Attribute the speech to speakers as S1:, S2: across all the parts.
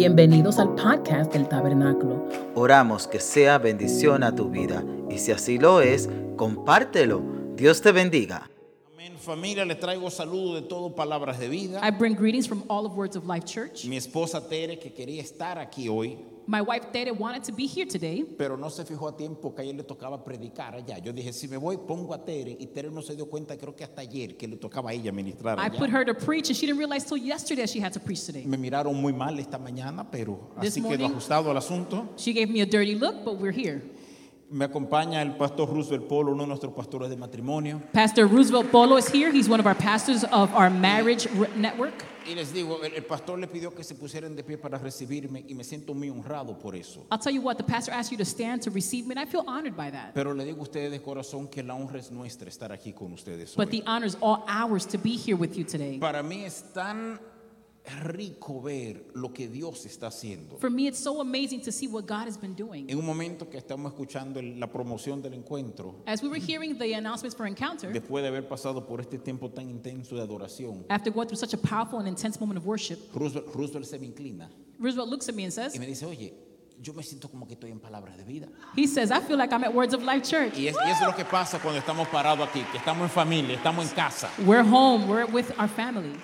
S1: Bienvenidos al podcast del Tabernáculo.
S2: Oramos que sea bendición a tu vida y si así lo es, compártelo. Dios te bendiga.
S3: Amén, familia, les traigo saludos de todo Palabras de Vida.
S4: I bring greetings from all of Words of Life Church.
S3: Mi esposa Tere, que quería estar aquí hoy,
S4: My wife Tere wanted to be here today,
S3: pero no se fijó a tiempo que ayer le tocaba predicar allá. Yo dije, si me voy, pongo a Tere. Y Tere no se dio cuenta, creo que hasta ayer, que le tocaba a ella ministrar
S4: I
S3: allá.
S4: put her to preach, and she didn't realize till yesterday that she had to preach today.
S3: Me miraron muy mal esta mañana, pero
S4: This
S3: así quedó
S4: morning-
S3: ajustado el asunto.
S4: She gave me a dirty look, but we're here.
S3: Me acompaña el pastor Roosevelt Polo, uno de nuestros pastores de matrimonio.
S4: Pastor Roosevelt Polo is here. He's one of our pastors of our marriage re- network.
S3: Y les digo, el, el pastor le pidió que se pusieran de pie para recibirme y me siento muy honrado por eso.
S4: I'll tell you what, the pastor asked you to stand to receive me, and I feel honored by that.
S3: Pero le digo a ustedes de corazón que la honra es nuestra estar aquí con ustedes
S4: But
S3: hoy.
S4: the honor is all ours to be here with you today.
S3: Para mí es tan rico ver lo que Dios está haciendo.
S4: For me, it's so amazing to see what God has been doing.
S3: En un momento que estamos escuchando el- la promoción del encuentro,
S4: As we were hearing the announcements for Encounter,
S3: después de haber pasado por este tiempo tan intenso de adoración,
S4: after going through such a powerful and intense moment of worship,
S3: Roosevelt, Roosevelt se me inclina
S4: Roosevelt looks at me and
S3: y
S4: says,
S3: me dice, oye, yo me siento como que estoy en palabras de vida.
S4: He says, I feel like I'm at Words of Life Church.
S3: Y, es, y eso es lo que pasa cuando estamos parados aquí, que estamos en familia, estamos en casa.
S4: We're home, we're with our family.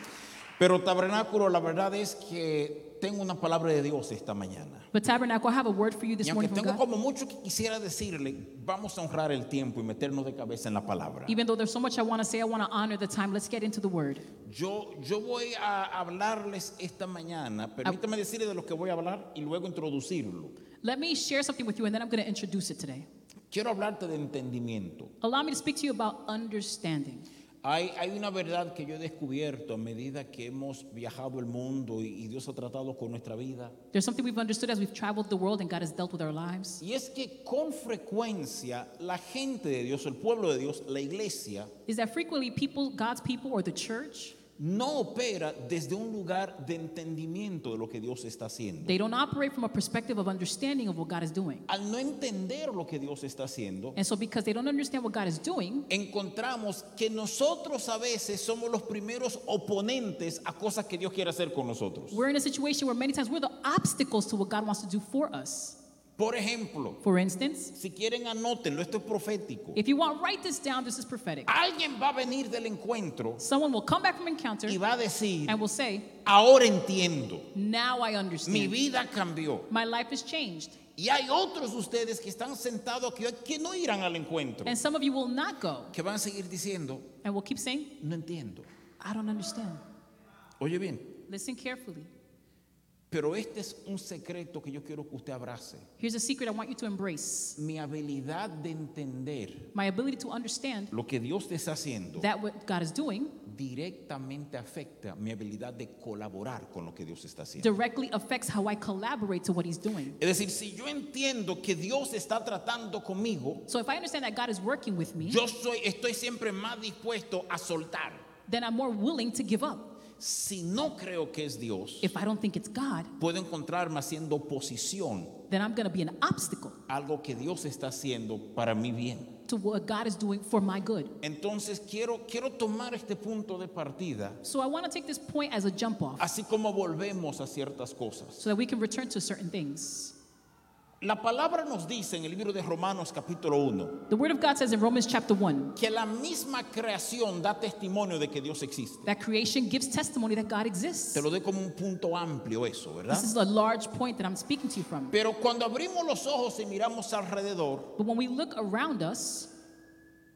S3: Pero Tabernáculo, la verdad es que tengo una palabra de Dios esta mañana.
S4: But Tabernacle, I have a word for you
S3: y
S4: this
S3: aunque
S4: morning from
S3: tengo
S4: God.
S3: como mucho que quisiera decirle, vamos a honrar el tiempo y meternos de cabeza en la palabra.
S4: Even though there's so much I want to say, I want to honor the time. Let's get into the word.
S3: Yo, yo voy a hablarles esta mañana. Permítame decirles de lo que voy a hablar y luego introducirlo.
S4: Let me share something with you, and then I'm going to introduce it today.
S3: Quiero hablarte de entendimiento.
S4: Allow me to speak to you about understanding.
S3: Hay, hay una verdad que yo he descubierto a medida que hemos viajado el mundo y, y Dios ha tratado con nuestra vida.
S4: There's something we've understood as we've traveled the world and God has dealt with our lives.
S3: Y es que con frecuencia la gente de Dios, el pueblo de Dios, la iglesia,
S4: Is that frequently people, God's people, or the church,
S3: no opera desde un lugar de entendimiento de lo que Dios está haciendo.
S4: they don't operate from a perspective of understanding of what God is doing.
S3: Al no entender lo que Dios está haciendo,
S4: And so, because they don't understand what God is doing,
S3: encontramos que nosotros a veces somos los primeros oponentes a cosas que Dios quiere hacer con nosotros.
S4: we're in a situation where many times we're the obstacles to what God wants to do for us.
S3: Por ejemplo,
S4: For instance,
S3: si quieren anótenlo, esto es profético.
S4: if you want, write this down. This is prophetic.
S3: Alguien va a venir del encuentro
S4: Someone will come back from encounter
S3: y va a decir,
S4: and will say,
S3: ahora entiendo,
S4: Now I
S3: mi
S4: understand.
S3: vida cambió.
S4: My life has changed.
S3: Y hay otros de ustedes que están sentados aquí hoy que no irán al encuentro,
S4: And some of you will not go
S3: que van a seguir diciendo,
S4: and will keep saying,
S3: no entiendo.
S4: I don't understand.
S3: Oye bien,
S4: Listen carefully.
S3: pero este es un secreto que yo quiero que usted abrace.
S4: Here's a secret I want you to embrace
S3: Mi habilidad de entender
S4: my ability to understand
S3: lo que Dios te está haciendo
S4: that what God is doing
S3: directamente afecta mi habilidad de colaborar con lo que Dios está haciendo.
S4: directly affects how I collaborate to what He's doing.
S3: Es decir, si yo entiendo que Dios está tratando conmigo,
S4: So if I understand that God is working with me,
S3: yo soy, estoy siempre más dispuesto a soltar.
S4: then I'm more willing to give up.
S3: Si no creo que es Dios,
S4: If I don't think it's God,
S3: puedo encontrarme haciendo oposición
S4: then I'm going to be an obstacle
S3: a algo que Dios está haciendo para mi bien.
S4: to what God is doing for my good.
S3: Entonces quiero, quiero tomar este punto de partida,
S4: So I want to take this point as a jump off
S3: así como volvemos a ciertas cosas.
S4: so that we can return to certain things.
S3: La palabra nos dice en el libro de Romanos capítulo 1,
S4: The Word of God says in Romans chapter 1
S3: que la misma creación da testimonio de que Dios existe.
S4: that creation gives testimony that God
S3: Te
S4: exists.
S3: lo doy como un punto amplio eso, ¿verdad?
S4: This is a large point that I'm speaking to you from.
S3: Pero cuando abrimos los ojos y miramos alrededor,
S4: But when we look around us,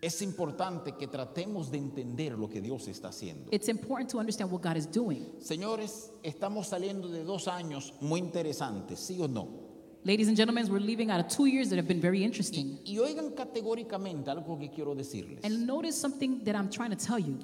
S3: es importante que tratemos de entender lo que Dios está haciendo.
S4: it's important to understand what God is doing.
S3: Señores, estamos saliendo de dos años muy interesantes, ¿sí o no?
S4: Ladies and gentlemen, we're leaving out of two years that have been very interesting.
S3: Y oigan categóricamente algo que quiero decirles.
S4: And notice something that I'm trying to tell you.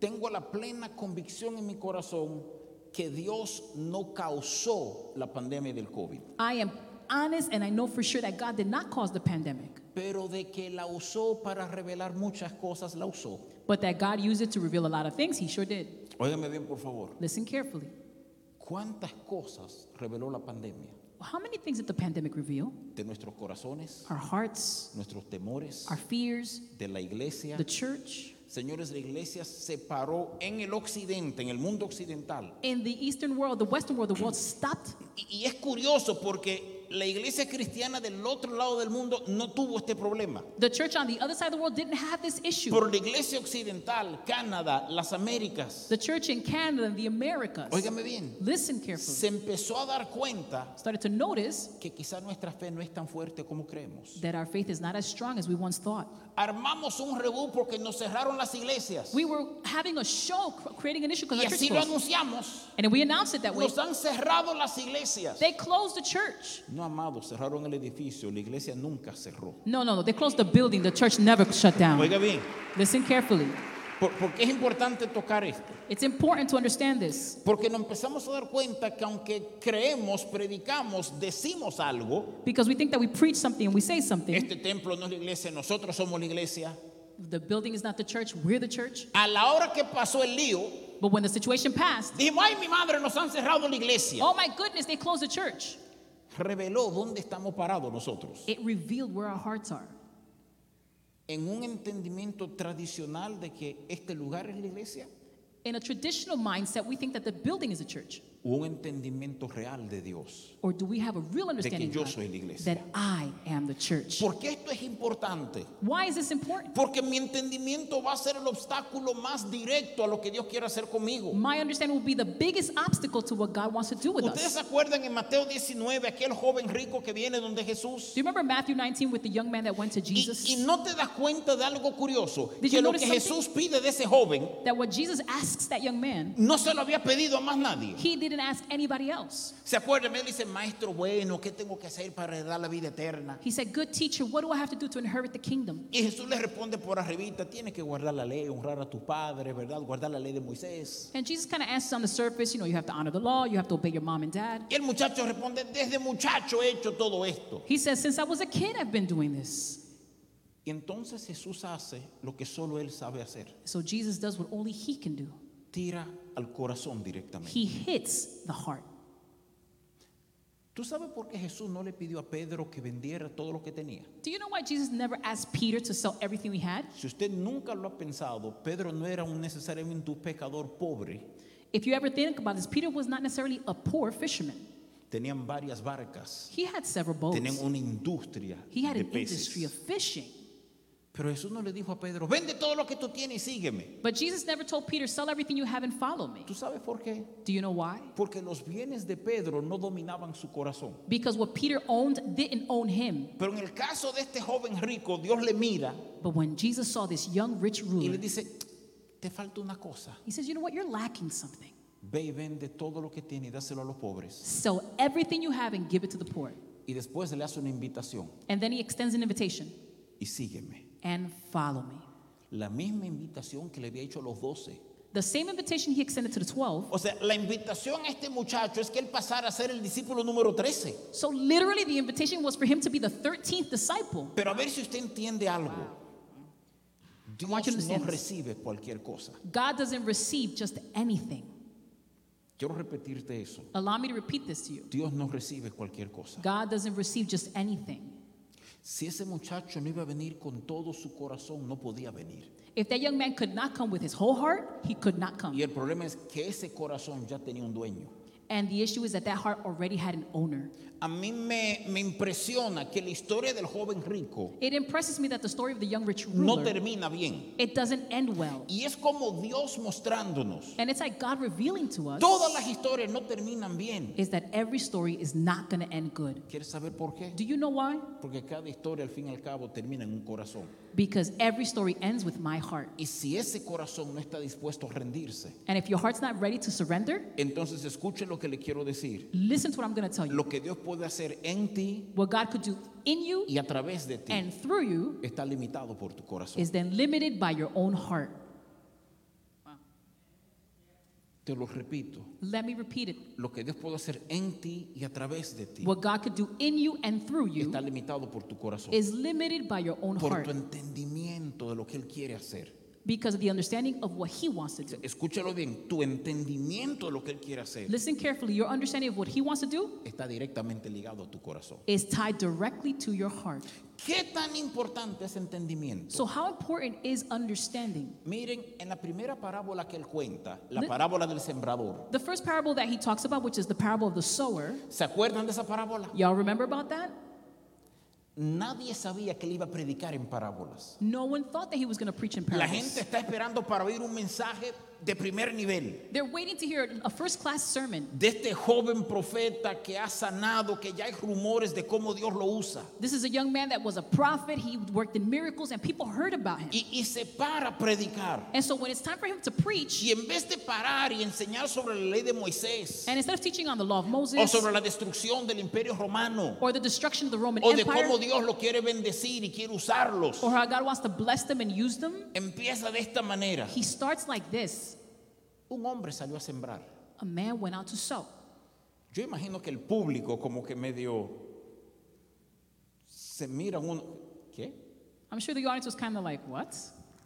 S3: Tengo la plena convicción en mi corazón que Dios no causó la pandemia del COVID,
S4: I am honest and I know for sure that God did not cause the pandemic,
S3: pero de que la usó para revelar muchas cosas, la usó.
S4: but that God used it to reveal a lot of things. He sure did.
S3: Óigame bien, por favor.
S4: Listen carefully.
S3: ¿Cuántas cosas reveló la pandemia?
S4: How many things did the pandemic reveal?
S3: De nuestros corazones,
S4: Our hearts,
S3: nuestros temores,
S4: our fears,
S3: de la iglesia,
S4: the church,
S3: Señores, la iglesia se paró en el occidente, en el mundo occidental.
S4: In the Eastern world, the Western world, the world stopped.
S3: Y, y es curioso porque la iglesia cristiana del otro lado del mundo no tuvo este problema.
S4: The church on the other side of the world didn't have this issue.
S3: Por la iglesia occidental, Canadá, las Américas,
S4: The church in Canada and the Americas.
S3: óigame bien,
S4: Listen carefully.
S3: se empezó a dar cuenta
S4: Started to notice
S3: que quizá nuestra fe no es tan fuerte como creemos.
S4: that our faith is not as strong as we once thought.
S3: Armamos un rebú porque nos cerraron las iglesias.
S4: We were having a show, cr- creating an issue because
S3: Y
S4: our church
S3: así lo
S4: closed.
S3: anunciamos.
S4: And we announced it that way.
S3: Nos han cerrado las iglesias.
S4: They closed the church.
S3: No, amado, cerraron el edificio. La iglesia nunca cerró.
S4: No, no, no. They closed the building. The church never shut down.
S3: Oiga bien,
S4: Listen carefully.
S3: por- porque es importante tocar esto.
S4: It's important to understand this
S3: Porque nos empezamos a dar cuenta que aunque creemos, predicamos, decimos algo,
S4: because we think that we preach something and we say something.
S3: este templo no es la iglesia, nosotros somos la iglesia.
S4: The building is not the church. We're the church.
S3: A la hora que pasó el lío,
S4: But when the situation passed,
S3: dijimos, ay, mi madre, nos han cerrado la iglesia.
S4: oh my goodness, they closed the church.
S3: Reveló dónde estamos parados nosotros.
S4: It revealed where our hearts are
S3: En un entendimiento tradicional de que este lugar es la iglesia,
S4: In a traditional mindset, we think that the building is a church.
S3: o un entendimiento real de Dios.
S4: Or do we have a real
S3: que
S4: understanding
S3: yo
S4: God,
S3: soy la iglesia.
S4: that I am the church?
S3: ¿Por qué esto es importante?
S4: Why is this important?
S3: Porque mi entendimiento va a ser el obstáculo más directo a lo que Dios quiere hacer conmigo.
S4: My understanding will be the biggest obstacle to what God wants to do with
S3: ¿Ustedes
S4: us.
S3: se acuerdan en Mateo 19, aquel joven rico que viene donde Jesús?
S4: Do you remember Matthew 19 with the young man that went to
S3: Y,
S4: Jesus?
S3: y no te das cuenta de algo curioso,
S4: Did
S3: que
S4: you
S3: lo que
S4: notice something?
S3: Jesús pide de ese joven
S4: that what Jesus asks that young man,
S3: no se lo había pedido a más nadie.
S4: he didn't ask anybody else.
S3: ¿Se acuerdan? Él dice, maestro bueno, ¿qué tengo que hacer para heredar la vida eterna?
S4: He said, Good teacher, what do I have to do to inherit the kingdom?
S3: Y Jesús le responde por arribita, tienes que guardar la ley, honrar a tus padres, ¿verdad? Guardar la ley de Moisés.
S4: And Jesus kind of answers on the surface, you know, you have to honor the law, you have to obey your mom and dad.
S3: Y el muchacho responde, desde muchacho he hecho todo esto.
S4: He says, Since I was a kid, I've been doing this.
S3: Y entonces Jesús hace lo que solo él sabe hacer.
S4: So Jesus does what only he can do.
S3: Tira al corazón directamente.
S4: He hits the heart.
S3: ¿Tú sabes por qué Jesús no le pidió a Pedro que vendiera todo lo que tenía?
S4: Do you know why Jesus never asked Peter to sell everything he had?
S3: Si usted nunca lo ha pensado, Pedro no era un necesariamente un pecador pobre.
S4: If you ever think about this, Peter was not necessarily a poor fisherman.
S3: Tenían varias barcas,
S4: He had several
S3: tenían
S4: boats.
S3: una industria
S4: Oh, He had
S3: de
S4: an industry of
S3: peces.
S4: fishing.
S3: Pero Jesús no le dijo a Pedro, vende todo lo que tú tienes y sígueme.
S4: But Jesus never told Peter, sell everything you have and follow me.
S3: ¿Tú sabes por qué?
S4: Do you know why?
S3: Porque los bienes de Pedro no dominaban su corazón.
S4: Because what Peter owned didn't own him.
S3: Pero en el caso de este joven rico, Dios le mira
S4: But when Jesus saw this young rich
S3: y le
S4: ruler,
S3: dice, te falta una cosa.
S4: he says, You know what? You're lacking something.
S3: Ve y vende todo lo que tiene y dáselo a los pobres.
S4: Sell everything you have and give it to the poor.
S3: Y después le hace una invitación
S4: And then he extends an invitation
S3: y sígueme.
S4: and follow me.
S3: La misma invitación que le había hecho a los doce.
S4: The same invitation he extended to the 12.
S3: O sea, la invitación a este muchacho es que él pasara a ser el discípulo número 13.
S4: So literally, the invitation was for him to be the 13th disciple.
S3: Pero a ver si usted entiende algo. Dios
S4: want you to
S3: no
S4: understand this.
S3: recibe cualquier cosa.
S4: God doesn't receive just anything.
S3: Quiero repetirte eso.
S4: Allow me to repeat this to you.
S3: Dios no recibe cualquier cosa.
S4: God doesn't receive just anything.
S3: Si ese muchacho no iba a venir con todo su corazón, no podía venir.
S4: If that young man could not come with his whole heart, he could not
S3: Y
S4: come.
S3: el problema es que ese corazón ya tenía un dueño.
S4: And the issue is that that heart already had an owner.
S3: A mí me, me impresiona que la historia del joven rico
S4: It impresses me that the story of the young rich
S3: no
S4: ruler,
S3: termina bien.
S4: it doesn't end well.
S3: Y es como Dios mostrándonos.
S4: And it's like God revealing to us
S3: Todas las historias no terminan bien.
S4: is that every story is not going to end good.
S3: ¿Quieres saber por qué?
S4: Do you know why?
S3: Porque cada historia al fin y al cabo termina en un corazón.
S4: Because every story ends with my heart.
S3: Y si ese corazón no está dispuesto a rendirse,
S4: And if your heart's not ready to surrender,
S3: entonces escuche lo que le quiero decir.
S4: listen to what I'm going to tell you.
S3: Lo que Dios puede hacer en ti
S4: What God could do in you
S3: y a través de ti
S4: and through you
S3: está limitado por tu corazón.
S4: is then limited by your own heart.
S3: Te lo repito.
S4: Let me repeat it.
S3: Lo que Dios puede hacer en ti y a través de ti
S4: What God could do in you and through you
S3: está limitado por tu corazón.
S4: is limited by your own
S3: por tu
S4: heart,
S3: entendimiento de lo que Él quiere hacer.
S4: because of the understanding of what He wants to do.
S3: Escúchalo bien, tu entendimiento de lo que Él quiere hacer
S4: Listen carefully. Your understanding of what He wants to do
S3: está directamente ligado a tu corazón.
S4: is tied directly to your heart.
S3: ¿Qué tan importante es entendimiento?
S4: So, how important is understanding?
S3: Miren, en la primera parábola que Él cuenta, la parábola del sembrador,
S4: The first parable that He talks about, which is the parable of the sower,
S3: ¿se acuerdan de esa parábola?
S4: y'all remember about that?
S3: Nadie sabía que Él iba a predicar en parábolas.
S4: No one thought that He was going to preach in
S3: La
S4: parables.
S3: gente está esperando para oír un mensaje de primer nivel.
S4: They're waiting to hear a first class sermon.
S3: de este joven profeta que ha sanado, que ya hay rumores de cómo Dios lo usa.
S4: This is a young man that was a prophet. He worked in miracles, and people heard about him.
S3: Y, y se para a predicar.
S4: And so, when it's time for him to preach,
S3: Y en vez de parar y enseñar sobre la ley de Moisés,
S4: and instead of teaching on the law of
S3: o
S4: Moses
S3: sobre la destrucción del imperio romano,
S4: or the destruction of the Roman
S3: o de
S4: Empire,
S3: cómo Dios lo quiere bendecir y quiere usarlos,
S4: or how God wants to bless them and use them,
S3: empieza de esta manera.
S4: he starts like this
S3: Un hombre salió a sembrar.
S4: A man went out to sow.
S3: Yo imagino que el público como que medio se mira uno, ¿qué?
S4: I'm sure the audience was kind of like, What?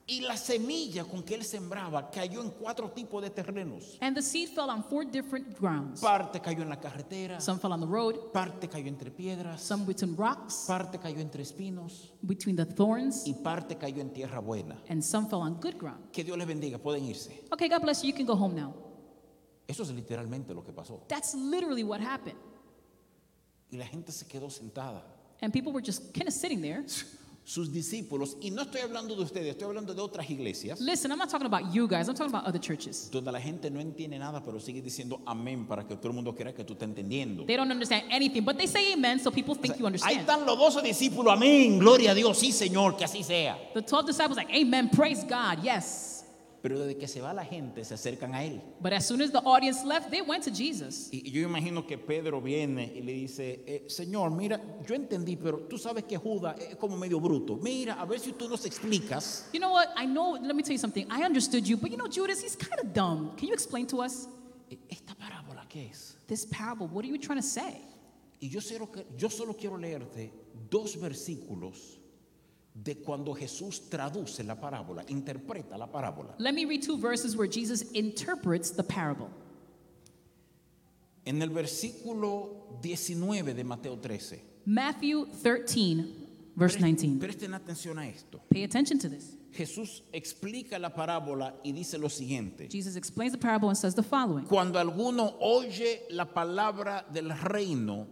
S3: Y la semilla con que él sembraba cayó en cuatro tipos de terrenos.
S4: And the seed fell on four different grounds.
S3: Parte cayó en la carretera,
S4: Some fell on the road,
S3: parte cayó entre piedras,
S4: some between rocks,
S3: parte cayó entre espinos
S4: between the thorns,
S3: y parte cayó en tierra buena.
S4: and some fell on good ground.
S3: Que Dios les bendiga, pueden irse.
S4: Okay, God bless you. You can go home now.
S3: Eso es literalmente lo que pasó.
S4: That's literally what happened.
S3: Y la gente se quedó sentada.
S4: And people were just kind of sitting there.
S3: Sus discípulos, y no estoy hablando de ustedes, estoy hablando de otras iglesias,
S4: Listen, I'm not talking about you guys, I'm talking about other churches.
S3: donde la gente no entiende nada, pero sigue diciendo amén para que todo el mundo crea que tú estás entendiendo.
S4: They don't understand anything, but they say amen, so people think
S3: Ahí
S4: you understand.
S3: están los 12 discípulos, amén, gloria a Dios, sí Señor, que así sea.
S4: The 12 disciples, like, amen, praise God, yes.
S3: Pero desde que se va la gente, se acercan a él.
S4: But as soon as the audience left, they went to Jesus.
S3: Y y yo imagino que Pedro viene y le dice, "Eh, Señor, mira, yo entendí, pero tú sabes que Judas es como medio bruto. Mira, a ver si tú nos explicas.
S4: You know what? I know, let me tell you something. I understood you, but you know, Judas, he's kind of dumb. Can you explain to us
S3: eh, ¿Esta parábola qué es?
S4: this parable? What are you trying to say?
S3: Y yo, solo que- yo solo quiero leerte dos versículos de cuando Jesús traduce la parábola, interpreta la parábola.
S4: Let me read two verses where Jesus interprets the parable.
S3: En el versículo 19 de Mateo 13.
S4: Matthew 13, verse
S3: Pres-
S4: 19.
S3: Presten atención a esto.
S4: Pay attention to this.
S3: Jesús explica la parábola y dice lo siguiente.
S4: Jesus explains the parable and says the following.
S3: Cuando alguno oye la palabra del reino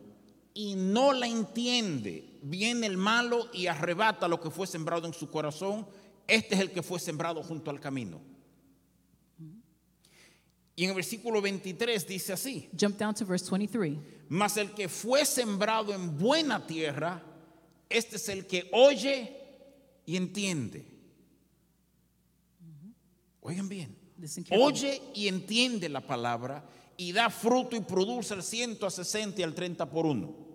S3: y no la entiende, viene el malo y arrebata lo que fue sembrado en su corazón. Este es el que fue sembrado junto al camino. Y en el versículo 23 dice así,
S4: Jump down to verse 23.
S3: mas el que fue sembrado en buena tierra, este es el que oye y entiende. Oigan bien.
S4: Listen carefully.
S3: Oye y entiende la palabra y da fruto y produce al ciento, al 60 y al 30 por uno.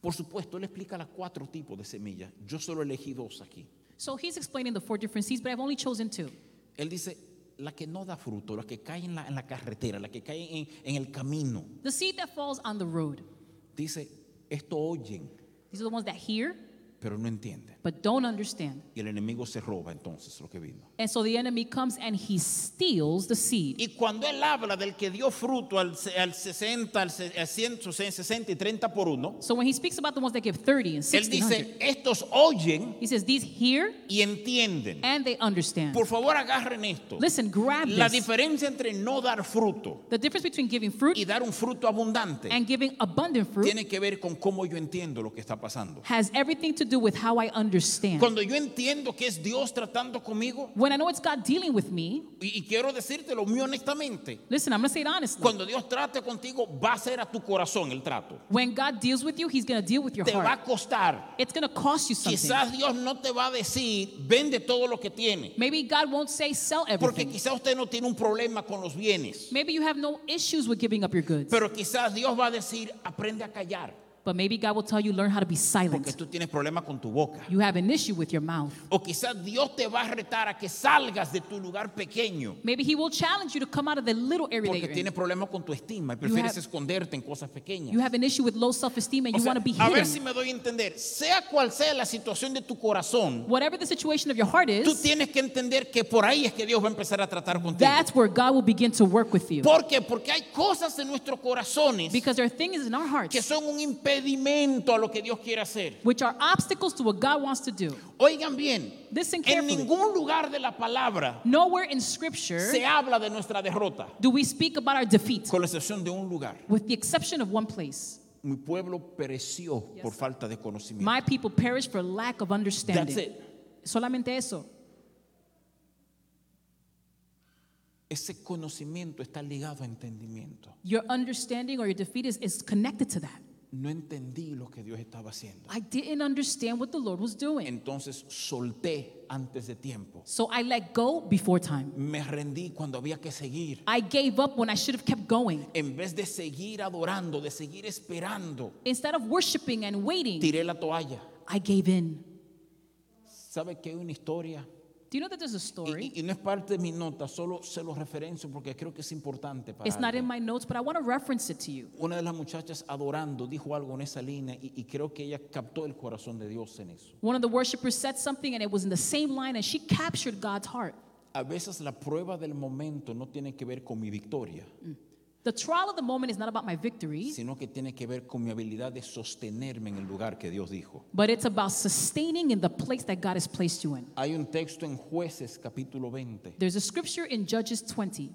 S3: Por supuesto, él explica los cuatro tipos de semillas. Yo solo elegí dos aquí.
S4: So he's explaining the four different seeds, but I've only chosen two.
S3: Él dice, la que no da fruto, la que cae en la, en la carretera, la que cae en, en el camino.
S4: The seed that falls on the road.
S3: Dice, esto oyen,
S4: These are the ones that hear
S3: pero no entienden.
S4: but don't understand.
S3: Y el enemigo se roba entonces lo que vino.
S4: And so the enemy comes and he steals the seed.
S3: Y cuando él habla del que dio fruto al, se- al 60, al, se- al 100, 60 y 30 por uno,
S4: So when he speaks about the ones that give 30 and
S3: Él
S4: 60,
S3: dice, estos oyen
S4: he says, These hear
S3: y entienden.
S4: and they understand.
S3: Por favor, agarren esto.
S4: Listen, grab
S3: La
S4: this.
S3: diferencia entre no dar fruto
S4: The difference between giving fruit
S3: y dar un fruto abundante
S4: and giving abundant fruit
S3: tiene que ver con cómo yo entiendo lo que está pasando.
S4: has everything to do with how I understand.
S3: Cuando yo entiendo que es Dios tratando conmigo,
S4: When I know it's God dealing with me,
S3: y, y quiero decírtelo muy honestamente,
S4: listen, I'm going to say it honestly.
S3: cuando Dios trate contigo, va a ser a tu corazón el trato.
S4: When God deals with you, he's going to deal with your
S3: Te va
S4: heart.
S3: a costar.
S4: It's going to cost you something.
S3: Quizás Dios no te va a decir, vende todo lo que tiene,
S4: Maybe God won't say sell
S3: porque
S4: everything.
S3: quizás usted no tiene un problema con los bienes.
S4: Maybe you have no issues with giving up your goods.
S3: Pero quizás Dios va a decir, aprende a callar.
S4: But maybe God will tell you, learn how to be
S3: porque
S4: silent.
S3: tú tienes problemas con tu boca.
S4: You have an issue with your mouth.
S3: O quizás Dios te va a retar a que salgas de tu lugar pequeño
S4: Maybe He will challenge you to come out of the little area that
S3: porque
S4: you're
S3: tienes
S4: in.
S3: problemas con tu estima y prefieres
S4: have-
S3: esconderte en cosas
S4: You
S3: pequeñas.
S4: have an issue with low self esteem and
S3: O
S4: you
S3: sea,
S4: want to be
S3: a ver si
S4: hidden.
S3: me doy a entender. Sea cual sea la situación de tu corazón,
S4: Whatever the situation of your heart
S3: tú
S4: is,
S3: tienes que entender que por ahí es que Dios va a empezar a tratar contigo.
S4: that's where God will begin to work with you.
S3: ¿Por qué? Porque hay cosas en nuestros corazones
S4: Because there are things in our
S3: que
S4: hearts
S3: son un impedimento a lo que Dios quiere hacer.
S4: which are obstacles to what God wants to do.
S3: Oigan bien,
S4: Listen
S3: en
S4: carefully.
S3: ningún lugar de la palabra
S4: Nowhere in Scripture
S3: se habla de nuestra derrota,
S4: do we speak about our defeat,
S3: con la excepción de un lugar.
S4: with the exception of one place.
S3: Mi pueblo pereció por falta de conocimiento.
S4: My people perish for lack of
S3: That's
S4: understanding.
S3: it.
S4: Solamente eso.
S3: Ese conocimiento está ligado a entendimiento.
S4: Your understanding or your defeat is, is connected to that.
S3: No entendí lo que Dios estaba haciendo.
S4: I didn't understand what the Lord was doing.
S3: Entonces solté antes de tiempo.
S4: So I let go before time.
S3: Me rendí cuando había que seguir.
S4: I gave up when I should have kept going.
S3: En vez de seguir adorando, de seguir esperando,
S4: Instead of worshiping and waiting,
S3: tiré la toalla.
S4: I gave in.
S3: ¿Sabe que hay una historia?
S4: Do you know that there's a
S3: Y,
S4: story?
S3: y- y no es parte de mi nota, solo se los referencio porque creo que es importante para
S4: It's not in
S3: alguien.
S4: my notes, but I want to reference it to you.
S3: Una de las muchachas adorando dijo algo en esa línea y, y creo que ella captó el corazón de Dios en eso.
S4: One of the worshipers said something, and it was in the same line, and she captured God's heart.
S3: A veces la prueba del momento no tiene que ver con mi victoria,
S4: The trial of the moment is not about my victory,
S3: sino que tiene que ver con mi habilidad de sostenerme en el lugar que Dios dijo.
S4: but it's about sustaining in the place that God has placed you in.
S3: Hay un texto en jueces capítulo 20.
S4: There's a scripture in Judges 20.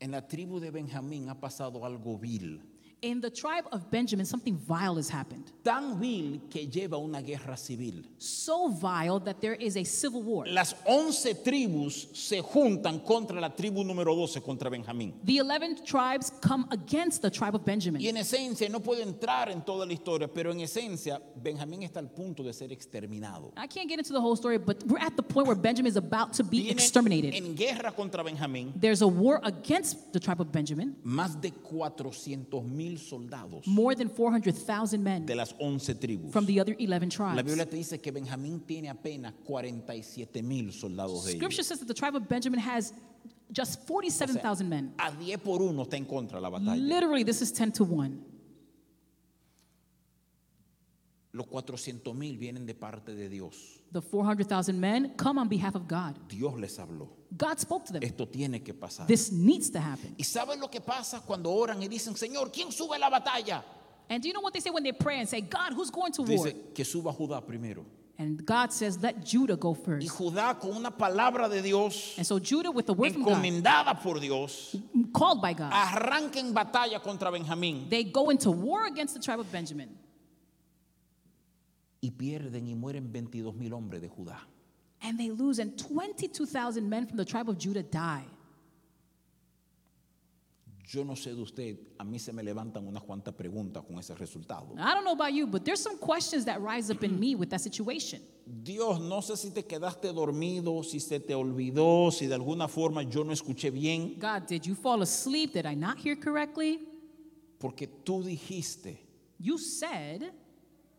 S3: En la tribu de Benjamín ha pasado algo vil,
S4: In the tribe of Benjamin, something vile has happened.
S3: tan vil que lleva a una guerra civil.
S4: So vile that there is a civil war.
S3: Las 11 tribus se juntan contra la tribu número 12, contra Benjamín.
S4: The 11 tribes come against the tribe of Benjamin.
S3: Y en esencia, no puedo entrar en toda la historia, pero en esencia, Benjamín está al punto de ser exterminado.
S4: I can't get into the whole story, but we're at the point where Benjamin is about to be
S3: Vienen
S4: exterminated.
S3: En guerra contra Benjamín,
S4: There's a war against the tribe of Benjamin,
S3: más de 400 mil soldados
S4: more than 400,000
S3: de
S4: men
S3: las 11 tribus.
S4: from the other 11
S3: La
S4: tribes.
S3: Biblia te dice que Benjamín tiene apenas 47 mil soldados de
S4: Scripture
S3: ellos.
S4: says that the tribe of Benjamin has just 47,000 men.
S3: A 10 por 1 está en contra de la batalla.
S4: Literally, this is 10 to 1.
S3: Los 400 mil vienen de parte de Dios.
S4: The 400,000 men come on behalf of God.
S3: Dios les habló.
S4: God spoke to them.
S3: Esto tiene que pasar.
S4: This needs to happen.
S3: ¿Y sabes lo que pasa cuando oran y dicen, Señor, ¿quién sube a la batalla?
S4: And do you know what they say when they pray and say, God, who's going to war?
S3: Dice que suba Judá primero.
S4: And God says, let Judah go
S3: Y
S4: first.
S3: Judá con una palabra de Dios,
S4: And so Judah, with the word from God,
S3: encomendada por Dios,
S4: called by
S3: Ah.
S4: God,
S3: arranca en batalla contra Benjamín.
S4: they go into war against the tribe of Benjamin.
S3: Y pierden y mueren 22 mil hombres de Judá.
S4: And they lose, and 22,000 men from the tribe of Judah die.
S3: Yo no sé de usted, a mí se me levantan unas cuantas preguntas con ese resultado.
S4: Now, I don't know about you, but there's some questions that rise up in me with that situation.
S3: Dios, no sé si te quedaste dormido, si se te olvidó, si de alguna forma yo no escuché bien,
S4: God, did you fall asleep? Did I not hear correctly?
S3: porque tú dijiste
S4: You said,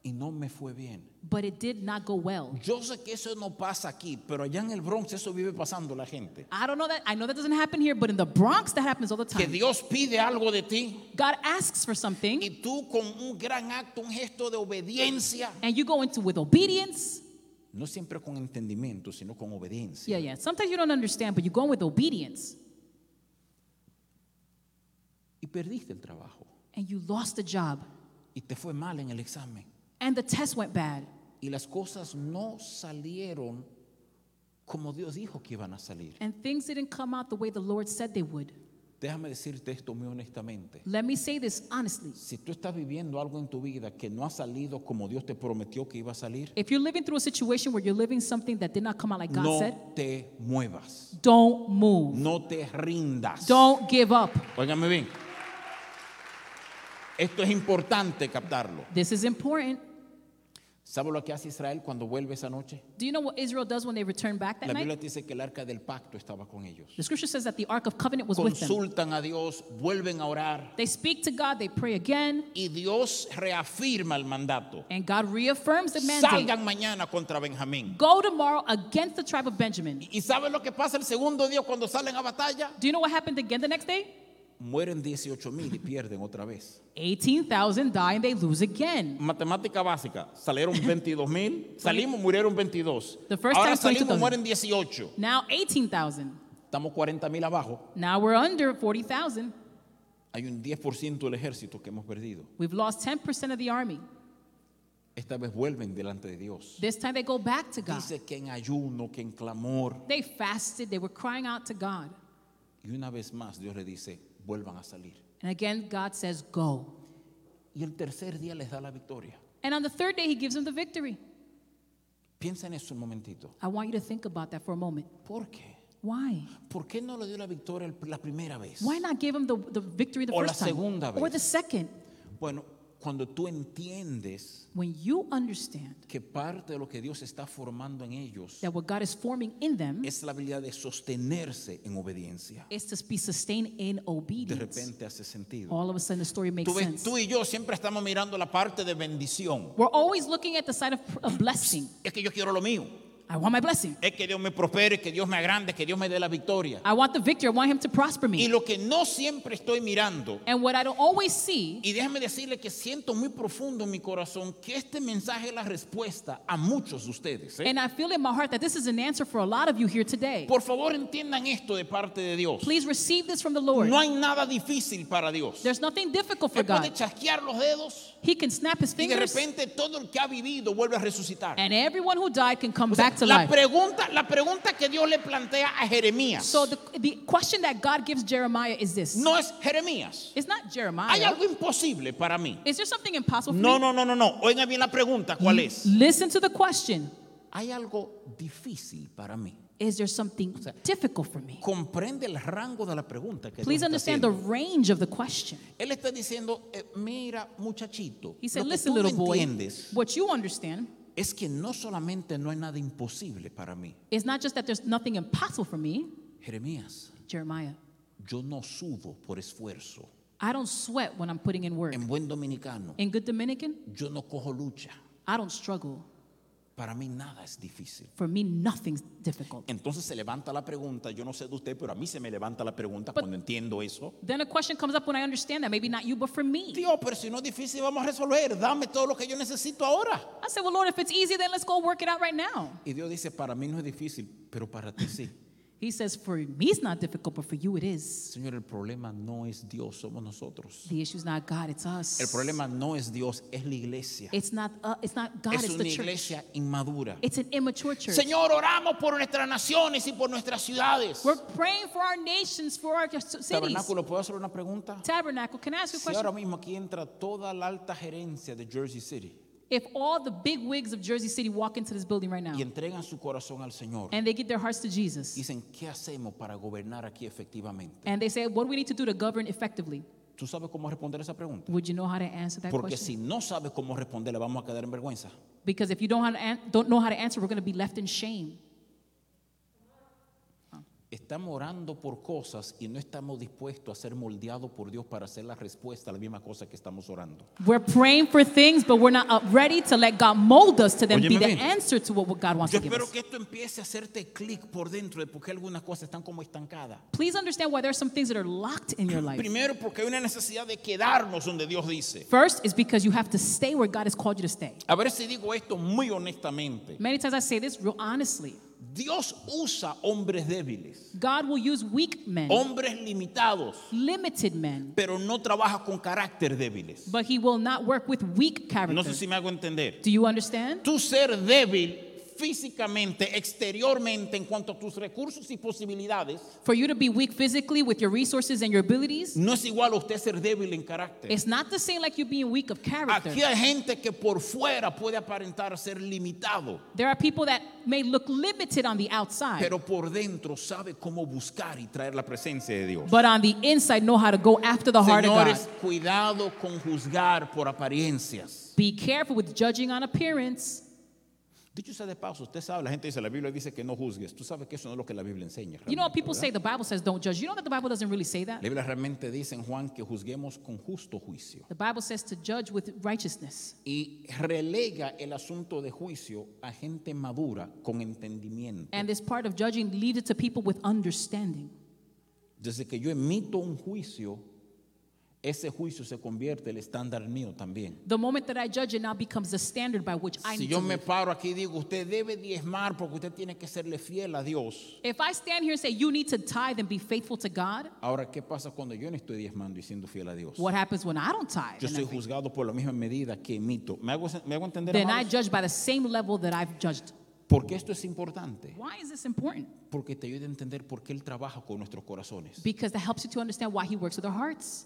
S3: y no me fue bien.
S4: but it did not go well.
S3: Yo sé que eso no pasa aquí, pero allá en el Bronx eso vive pasando la gente.
S4: I don't know that. I know that doesn't happen here, but in the Bronx, that happens all the
S3: Que
S4: time.
S3: Dios pide algo de ti
S4: God asks for something,
S3: y tú con un gran acto, un gesto de obediencia,
S4: and you go into with obedience.
S3: no siempre con entendimiento, sino con obediencia.
S4: Yeah, yeah. Sometimes you don't understand, but you go in with obedience,
S3: Y perdiste el trabajo
S4: and you lost the job,
S3: y te fue mal en el examen
S4: and the test went bad,
S3: y las cosas no salieron como Dios dijo que iban a salir.
S4: and things didn't come out the way the Lord said they would.
S3: Déjame decirte esto muy honestamente.
S4: Let me say this honestly.
S3: Si tú estás viviendo algo en tu vida que no ha salido como Dios te prometió que iba a salir,
S4: If you're living through a situation where you're living something that did not come out like God
S3: no
S4: said,
S3: te muevas,
S4: don't move.
S3: no te rindas.
S4: Don't give up.
S3: Óigame bien. Esto es importante captarlo.
S4: This is important.
S3: ¿Sabe lo que hace Israel cuando vuelve esa noche?
S4: Do you know what Israel does when they return back that
S3: La Biblia
S4: night?
S3: dice que el arca del pacto estaba con ellos.
S4: The scripture says that the Ark of Covenant was with them.
S3: Consultan a Dios, vuelven a orar
S4: They speak to God, they pray again,
S3: y Dios reafirma el mandato.
S4: and God reaffirms the mandate.
S3: Salgan mañana contra Benjamín.
S4: Go tomorrow against the tribe of Benjamin.
S3: ¿Y sabe lo que pasa el segundo día cuando salen a batalla?
S4: Do you know what happened again the next day?
S3: Mueren 18 mil y pierden otra vez.
S4: 18,000 die and they lose again.
S3: Matemática básica, salieron 22 mil, salimos, murieron 22.
S4: The first
S3: Ahora
S4: time,
S3: salimos,
S4: 22,000.
S3: mueren 18.
S4: Now 18,000.
S3: Estamos 40 mil abajo.
S4: Now we're under 40,000.
S3: Hay un 10% del ejército que hemos perdido.
S4: We've lost 10% of the army.
S3: Esta vez vuelven delante de Dios.
S4: This time they go back to God.
S3: Dice que en ayuno, que en clamor.
S4: They fasted, they were crying out to God.
S3: Y una vez más Dios le dice, vuelvan a salir.
S4: And again, God says, Go.
S3: Y el tercer día les da la victoria.
S4: And on the third day, He gives them the victory.
S3: Piensa en eso un momentito.
S4: I want you to think about that for a moment.
S3: ¿Por qué?
S4: Why?
S3: ¿Por qué no le dio la victoria el- la primera vez?
S4: Why not give him the, the victory the
S3: O la
S4: first time?
S3: segunda
S4: Or
S3: vez.
S4: the second.
S3: Bueno, cuando tú entiendes
S4: When you understand
S3: que parte de lo que Dios está formando en ellos
S4: that what God is forming in them
S3: es la habilidad de sostenerse en obediencia,
S4: is to be sustained in
S3: de
S4: obedience,
S3: repente hace sentido.
S4: all of a sudden the story makes
S3: Tú, ves,
S4: sense.
S3: tú y yo siempre estamos mirando la parte de bendición.
S4: We're always looking at the side of, of blessing.
S3: Es que yo quiero lo mío.
S4: I want my blessing.
S3: Es que Dios me prospere, que Dios me agrande, que Dios me dé la victoria.
S4: I want the victory. I want him to prosper
S3: Y
S4: me.
S3: lo que no siempre estoy mirando,
S4: And what I don't always see,
S3: y déjame decirle que siento muy profundo en mi corazón que este mensaje es la respuesta a muchos de ustedes. ¿eh?
S4: and I feel in my heart that this is an answer for a lot of you here today.
S3: Por favor, entiendan esto de parte de Dios.
S4: Please receive this from the Lord.
S3: No hay nada difícil para Dios.
S4: There's nothing difficult for
S3: Él puede
S4: God.
S3: chasquear los dedos
S4: He can snap his
S3: y de
S4: fingers,
S3: repente todo el que ha vivido vuelve a resucitar.
S4: and everyone who died can come
S3: O sea,
S4: back to
S3: la
S4: life.
S3: pregunta, la pregunta que Dios le plantea a Jeremías
S4: So the, the question that God gives Jeremiah is this.
S3: no es Jeremías.
S4: It's not
S3: Hay
S4: Jeremiah.
S3: algo imposible para mí.
S4: Is there something impossible for
S3: No,
S4: me?
S3: no, no, no, no. Oigan bien la pregunta, ¿cuál es?
S4: Listen to the question.
S3: Hay algo difícil para mí.
S4: Is there something difficult for me?
S3: Comprende el rango de la pregunta que
S4: Please
S3: Dios está
S4: understand the
S3: haciendo.
S4: range of the question.
S3: Él está diciendo, eh, mira, muchachito,
S4: He said,
S3: lo que
S4: Listen,
S3: tú
S4: little
S3: no
S4: boy,
S3: entiendes
S4: what you understand
S3: es que no solamente no hay nada imposible para mí.
S4: is not just that there's nothing impossible for me,
S3: Jeremías,
S4: Jeremiah.
S3: yo no subo por esfuerzo.
S4: I don't sweat when I'm putting in work.
S3: En buen dominicano,
S4: In good Dominican,
S3: yo no cojo lucha.
S4: I don't struggle.
S3: Para mí nada es difícil.
S4: For me, nothing's difficult.
S3: Entonces se levanta la pregunta, yo no sé de usted, pero a mí se me levanta la pregunta
S4: But-
S3: cuando entiendo eso.
S4: Then a question comes up when I understand that. Maybe not you, but for me.
S3: Tío, pero si no es difícil, vamos a resolver. Dame todo lo que yo necesito ahora.
S4: I say, Well, Lord, if it's easy, then let's go work it out right now.
S3: Y Dios dice, para mí no es difícil, pero para ti sí.
S4: He says, For me, it's not difficult, but for you, it is.
S3: Señor, el problema no es Dios, somos nosotros.
S4: The issue's not God, it's us.
S3: El problema no es Dios, es la iglesia.
S4: It's not, uh, it's not God,
S3: es
S4: it's
S3: una
S4: the church.
S3: iglesia inmadura.
S4: It's an immature church.
S3: Señor, oramos por nuestras naciones y por nuestras ciudades.
S4: We're praying for our nations, for our c- cities.
S3: Tabernáculo, ¿puedo hacer una pregunta?
S4: Tabernacle, can I ask you a
S3: Si ahora
S4: question?
S3: mismo aquí entra toda la alta gerencia de Jersey City
S4: If all the big wigs of Jersey City walk into this building right now
S3: y entregan su corazón al Señor,
S4: and they give their hearts to Jesus
S3: dicen, ¿qué hacemos para gobernar aquí efectivamente?
S4: and they say, What do we need to do to govern effectively?
S3: ¿Tú sabes cómo responder esa pregunta?
S4: Would you know how to answer that
S3: Porque
S4: question?
S3: si no sabes cómo responderla, vamos a quedar en vergüenza.
S4: Because if you don't, how to an- don't know how to answer, we're going to be left in shame.
S3: Estamos orando por cosas y no estamos dispuestos a ser moldeados por Dios para hacer la respuesta a la misma cosa que estamos orando.
S4: We're praying for things, but we're not uh, ready to let God mold us to them, be
S3: Óyeme
S4: the
S3: bien.
S4: answer to what, what God wants
S3: Yo
S4: to give us.
S3: espero que esto empiece a hacerte clic por dentro de por qué algunas cosas están como estancadas.
S4: Please understand why there are some things that are locked in your life.
S3: Primero, porque hay una necesidad de quedarnos donde Dios dice.
S4: First is because you have to stay where God has called you to stay.
S3: A ver si digo esto muy honestamente.
S4: Many times I say this real honestly.
S3: Dios usa hombres débiles,
S4: God will use weak men,
S3: hombres limitados,
S4: limited men,
S3: pero no trabaja con carácter débiles.
S4: but he will not work with weak
S3: No sé
S4: characters.
S3: si me hago entender.
S4: Do you understand?
S3: Tú ser débil físicamente, exteriormente, en cuanto a tus recursos y posibilidades,
S4: For you to be weak physically with your resources and your abilities,
S3: no es igual a usted ser débil en carácter.
S4: it's not the same like you being weak of character.
S3: Aquí hay gente que por fuera puede aparentar ser limitado,
S4: There are people that may look limited on the outside,
S3: pero por dentro sabe cómo buscar y traer la presencia de Dios.
S4: but on the inside know how to go after the heart of God.
S3: Señores, cuidado con juzgar por apariencias.
S4: Be careful with judging on appearance.
S3: Dicho sea de paso, usted sabe, la gente dice, la Biblia dice que no juzgues. Tú sabes que eso no es lo que la Biblia enseña.
S4: You know what
S3: realmente,
S4: people
S3: ¿verdad?
S4: say the Bible says don't judge. You know that the Bible doesn't really say that.
S3: La Biblia realmente dice en Juan que juzguemos con justo juicio.
S4: The Bible says to judge with righteousness.
S3: Y relega el asunto de juicio a gente madura con entendimiento.
S4: And this part of judging leads it to people with understanding.
S3: Desde que yo emito un juicio, ese juicio se convierte en el estándar mío también.
S4: The moment that I judge it now becomes the standard by which I
S3: Si
S4: need
S3: yo
S4: to
S3: me
S4: live.
S3: paro aquí y digo, usted debe diezmar porque usted tiene que serle fiel a Dios.
S4: If I stand here and say you need to tithe and be faithful to God,
S3: Ahora, ¿qué pasa cuando yo no estoy diezmando y siendo fiel a Dios?
S4: what happens when I don't tithe?
S3: Yo
S4: and
S3: soy
S4: I'm-
S3: juzgado por la misma medida que emito. ¿Me hago, me hago entender?
S4: Then I
S3: amados?
S4: judge by the same level that I've judged.
S3: Porque esto es importante.
S4: Why is this important?
S3: Porque te ayuda a entender por qué Él trabaja con nuestros corazones.
S4: Because that helps you to understand why He works with our hearts.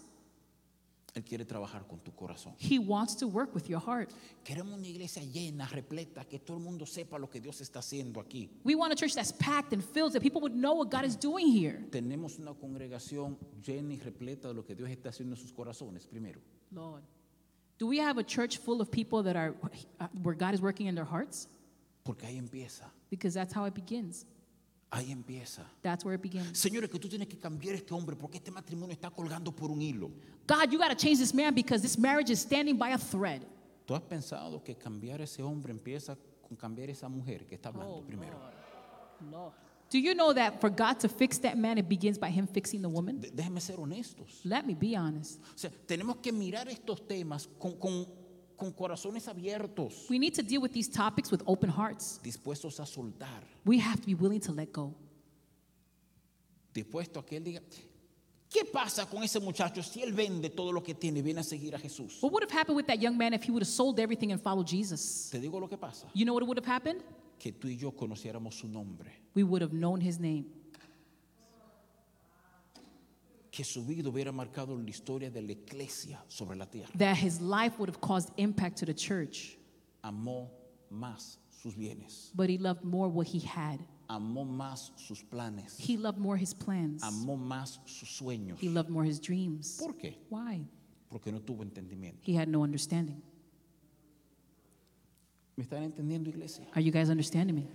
S3: Él quiere trabajar con tu corazón.
S4: He wants to work with your heart.
S3: Queremos una iglesia llena, repleta, que todo el mundo sepa lo que Dios está haciendo aquí.
S4: We want a church that's packed and filled, that people would know what God is doing here.
S3: Tenemos una congregación llena y repleta de lo que Dios está haciendo en sus corazones, primero.
S4: Lord, do we have a church full of people that are uh, where God is working in their hearts?
S3: Porque ahí empieza,
S4: Because that's how it begins.
S3: ahí empieza.
S4: That's where it begins.
S3: Señores, que tú tienes que cambiar este hombre porque este matrimonio está colgando por un hilo.
S4: God, you got to change this man because this marriage is standing by a thread.
S3: ¿Tú has pensado que cambiar ese hombre empieza con cambiar esa mujer que está hablando primero?
S4: Do you know that for God to fix that man, it begins by him fixing the woman?
S3: De- déjenme ser honestos.
S4: Let me be honest.
S3: O sea, tenemos que mirar estos temas con, con- con corazones abiertos,
S4: We need to deal with these topics with open hearts.
S3: dispuestos a soltar.
S4: We have to be willing to let go.
S3: dispuesto a que él diga, ¿qué pasa con ese muchacho si él vende todo lo que tiene y viene a seguir a Jesús?
S4: What would have happened with that young man if he would have sold everything and followed Jesus?
S3: Te digo lo que pasa,
S4: You know what would have happened?
S3: que tú y yo conociéramos su nombre,
S4: We would have known his name.
S3: que su vida hubiera marcado la historia de la iglesia sobre la tierra.
S4: that his life would have caused impact to the church,
S3: Amó más sus bienes,
S4: but he loved more what he had.
S3: amó más sus planes,
S4: He loved more his plans.
S3: amó más sus sueños.
S4: He loved more his dreams.
S3: ¿Por qué?
S4: Why?
S3: Porque no tuvo entendimiento.
S4: He had no understanding.
S3: ¿Me están entendiendo, iglesia?
S4: Are you guys understanding me?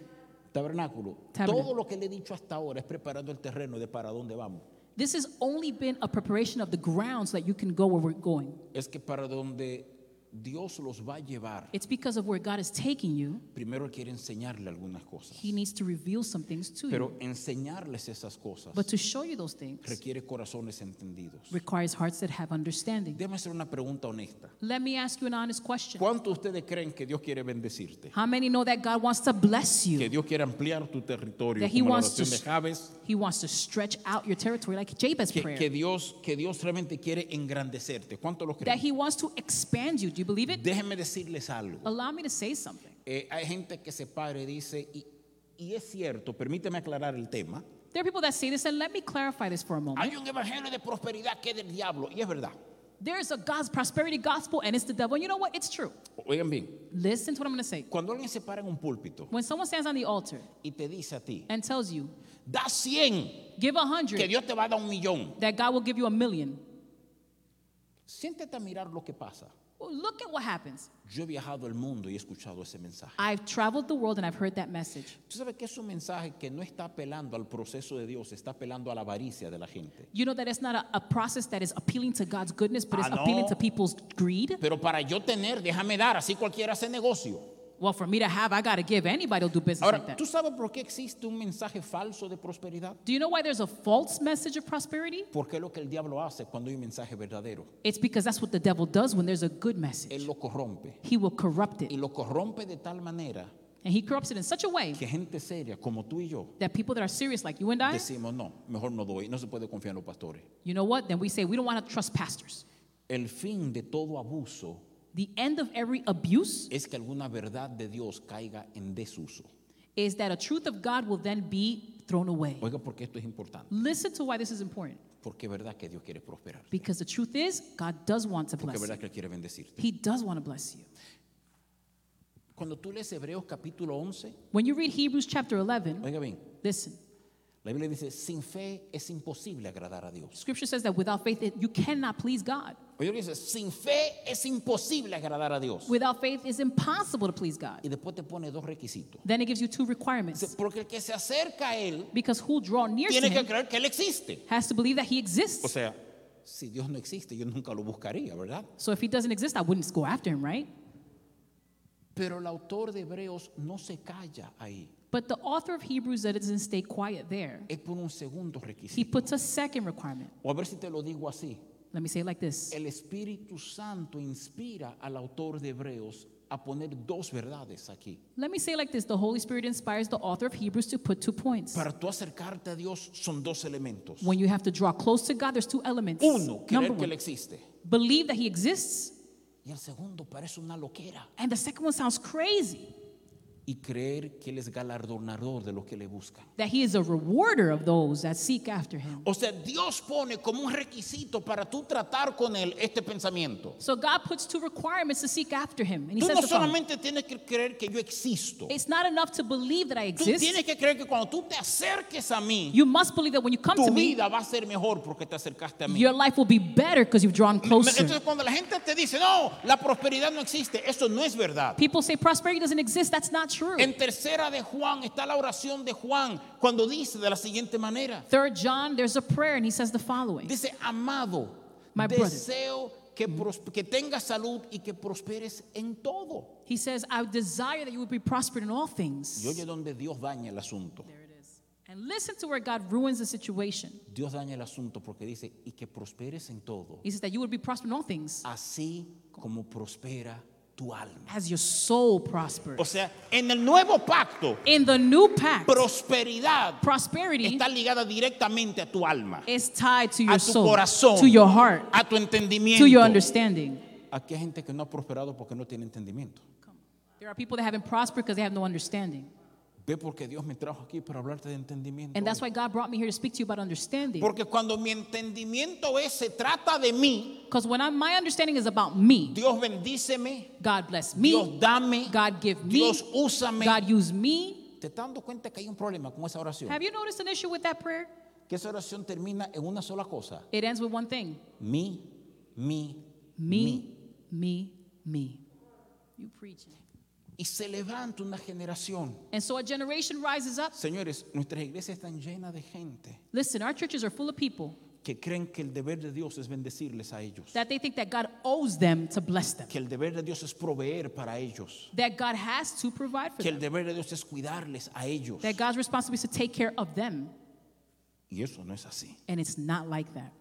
S3: Tabernáculo.
S4: Tabernáculo.
S3: Todo lo que le he dicho hasta ahora es preparando el terreno de para dónde vamos.
S4: This has only been a preparation of the ground so that you can go where we're going.
S3: Es que para donde Dios los va a llevar,
S4: It's because of where God is taking you,
S3: Primero él quiere enseñarle algunas cosas,
S4: he needs to reveal some things to you.
S3: pero enseñarles esas cosas
S4: But to show you those things
S3: requiere corazones entendidos.
S4: requires hearts that have understanding.
S3: Déjame hacer una pregunta honesta.
S4: Let me ask you an honest question.
S3: ¿Cuántos de ustedes creen que Dios quiere bendecirte?
S4: How many know that God wants to bless you?
S3: Que Dios quiere ampliar tu territorio,
S4: that he
S3: como la
S4: wants to
S3: oración de Jabes.
S4: he wants to stretch out your territory like Jabez
S3: Que,
S4: prayer.
S3: que Dios, que Dios realmente quiere engrandecerte. ¿Cuántos lo
S4: that
S3: creen?
S4: he wants to expand you. Do you believe it?
S3: Déjenme decirles algo.
S4: Allow me to say something.
S3: Eh, hay gente que se para y dice, y, y es cierto, permíteme aclarar el tema.
S4: There are people that say this, and let me clarify this for a moment.
S3: Hay un evangelio de prosperidad que es del diablo, y es verdad.
S4: There's a God's prosperity gospel, and it's the devil. And you know what? It's true.
S3: Oigan bien,
S4: Listen to what I'm going to say.
S3: cuando alguien se para en un púlpito
S4: When someone stands on the altar
S3: y te dice a ti,
S4: and tells you,
S3: Da 100,
S4: give a
S3: que
S4: hundred,
S3: Dios te va a dar un millón.
S4: that God will give you a million.
S3: Siéntate a mirar lo que pasa.
S4: Well, look at what happens.
S3: Yo he viajado el mundo y he escuchado ese mensaje.
S4: I've traveled the world and I've heard that message.
S3: Tú sabes que es un mensaje que no está apelando al proceso de Dios, está apelando a la avaricia de la gente.
S4: You know that it's not a, a process that is appealing to God's goodness, but it's
S3: Ah, no.
S4: appealing to people's greed.
S3: Pero para yo tener, déjame dar, así cualquiera hace negocio.
S4: Well, for me to have, I got to give. Anybody will do business like
S3: Ahora,
S4: that.
S3: ¿tú sabes por qué existe un mensaje falso de prosperidad?
S4: Do you know why there's a false message of prosperity?
S3: Porque es lo que el diablo hace cuando hay un mensaje verdadero.
S4: It's because that's what the devil does when there's a good message.
S3: Él lo corrompe.
S4: He will corrupt
S3: Y
S4: it.
S3: lo corrompe de tal manera
S4: And he corrupts it in such a way
S3: que gente seria como tú y yo
S4: that people that are serious, like you and I,
S3: decimos, no, mejor no doy, no se puede confiar en los pastores.
S4: you know what? Then we say we don't want to trust pastors.
S3: El fin de todo abuso
S4: The end of every abuse
S3: es que alguna verdad de Dios caiga en desuso.
S4: is that a truth of God will then be thrown away.
S3: Oiga, porque esto es importante.
S4: Listen to why this is important.
S3: Porque es verdad que Dios quiere prosperar.
S4: Because the truth is, God does want to
S3: Porque es
S4: bless you.
S3: verdad que Él quiere bendecirte.
S4: He does want to bless you.
S3: Cuando tú lees Hebreos capítulo 11,
S4: When you read Hebrews chapter 11,
S3: oiga bien,
S4: listen,
S3: la Biblia dice, sin fe es imposible agradar a Dios.
S4: scripture says that without faith, it- you cannot please God.
S3: Oye, lo que dice, sin fe es imposible agradar a Dios.
S4: Without faith, it's impossible to please God.
S3: Y después te pone dos requisitos.
S4: Then it gives you two
S3: Dice,
S4: requirements.
S3: Porque el que se acerca a Él
S4: Because who draw near to
S3: tiene que
S4: him
S3: creer que Él existe.
S4: has to believe that he
S3: O
S4: exists.
S3: sea, si Dios no existe, yo nunca lo buscaría, ¿verdad?
S4: So if he doesn't exist, I wouldn't go after him, right?
S3: Pero el autor de Hebreos no se calla ahí.
S4: But the author of Hebrews doesn't stay quiet there.
S3: Él pone un segundo
S4: He
S3: requisito.
S4: puts a second requirement.
S3: O a ver si te lo digo así.
S4: Let me say it like this.
S3: El Espíritu Santo inspira al autor de Hebreos a poner dos verdades aquí.
S4: Let me say it like this. The Holy Spirit inspires the author of Hebrews to put two points.
S3: Para tú acercarte a Dios son dos elementos.
S4: When you have to draw close to God, there's two elements.
S3: Uno,
S4: Number
S3: creer que Él
S4: one,
S3: existe.
S4: believe that he exists.
S3: Y el segundo parece una loquera.
S4: And the second one sounds crazy,
S3: Y creer que Él es galardonador de los que le buscan.
S4: that he is a rewarder of those that seek after him.
S3: O sea, Dios pone como un requisito para tú tratar con Él este pensamiento.
S4: So God puts two requirements to seek after him. And he
S3: Tú
S4: says
S3: no
S4: the following.
S3: solamente tienes que creer que yo existo.
S4: It's not enough to believe that I
S3: Tú
S4: exist.
S3: tienes que creer que cuando tú te acerques a mí,
S4: You must believe that when you come
S3: tu
S4: to me,
S3: vida va a ser mejor porque te acercaste a mí.
S4: your life will be better because you've drawn
S3: Entonces
S4: closer.
S3: cuando la gente te dice, no, la prosperidad no existe, eso no es verdad.
S4: People say prosperity doesn't exist. That's not true.
S3: En tercera de Juan está la oración de Juan cuando dice de la siguiente manera,
S4: Third John, there's a prayer, and he says the following.
S3: dice, amado,
S4: My brother.
S3: deseo que, pros- que tengas salud y que prosperes en todo.
S4: He says, I desire that you would be prospered in all things.
S3: Y oye donde Dios daña el asunto.
S4: There it is. And listen to where God ruins the situation.
S3: Dios daña el asunto porque dice, y que prosperes en todo,
S4: He says that you would be prospered in all things
S3: así como prospera tu alma.
S4: as your soul prospers.
S3: O sea, en el nuevo pacto,
S4: In the new pact,
S3: prosperidad
S4: prosperity
S3: está ligada directamente a tu alma,
S4: is tied to
S3: a
S4: your
S3: tu
S4: soul,
S3: corazón,
S4: to your heart,
S3: a tu
S4: to your
S3: entendimiento.
S4: understanding.
S3: Aquí hay gente que no ha prosperado porque no tiene entendimiento.
S4: There are people that haven't prospered because they have no understanding.
S3: Ve porque Dios me trajo aquí para hablarte de entendimiento.
S4: And that's why God brought me here to speak to you about understanding.
S3: Porque cuando mi entendimiento es, se trata de mí,
S4: Because when I, my understanding is about me,
S3: Dios bendíceme,
S4: God bless me,
S3: Dios dame,
S4: God give me,
S3: Dios úsame.
S4: God use me.
S3: ¿Te estás dando cuenta que hay un problema con esa oración?
S4: Have you noticed an issue with that prayer?
S3: Que esa oración termina en una sola cosa.
S4: It ends with one thing
S3: Mi, mi,
S4: me, me, me. You preaching.
S3: Y se levanta una generación.
S4: And so a generation rises up.
S3: Señores, nuestras iglesias están llenas de gente
S4: Listen, our churches are full of people
S3: que creen que el deber de Dios es bendecirles a ellos.
S4: that they think that God owes them to bless them,
S3: Que el deber de Dios es proveer para ellos.
S4: that God has to provide for
S3: Que el
S4: them,
S3: deber de Dios es cuidarles a ellos.
S4: that God's responsibility is to take care of them.
S3: Y eso no es así.
S4: And it's not like that.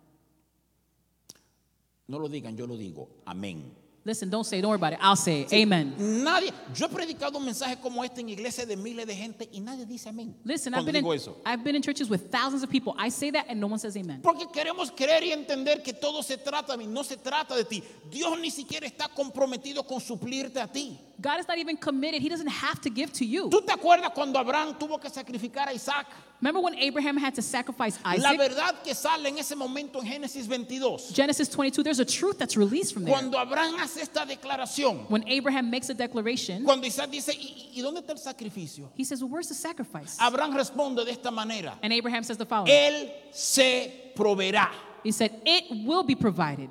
S3: No lo digan, yo lo digo. Amén.
S4: Listen, don't say, it, don't worry about it. I'll say, it. amen.
S3: Nadie, yo he predicado un mensaje como este en iglesias de miles de gente y nadie dice amén.
S4: Listen, I've
S3: cuando
S4: been, in,
S3: digo eso.
S4: I've been in churches with thousands of people. I say that and no one says amen.
S3: Porque queremos creer y entender que todo se trata de mí, no se trata de ti. Dios ni siquiera está comprometido con suplirte a ti.
S4: God is not even committed. He doesn't have to give to you.
S3: ¿Tú te acuerdas cuando Abraham tuvo que sacrificar a Isaac?
S4: Remember when Abraham had to sacrifice
S3: La
S4: Isaac?
S3: verdad que sale en ese momento en Génesis 22.
S4: Genesis 22, there's a truth that's released from there.
S3: Cuando Abraham hace esta declaración,
S4: When Abraham makes a declaration,
S3: cuando Isaac dice, ¿y, y dónde está el sacrificio?
S4: he says, Well, where's the sacrifice?
S3: Abraham responde de esta manera.
S4: And Abraham says the following
S3: Él se proveerá.
S4: He said, It will be provided.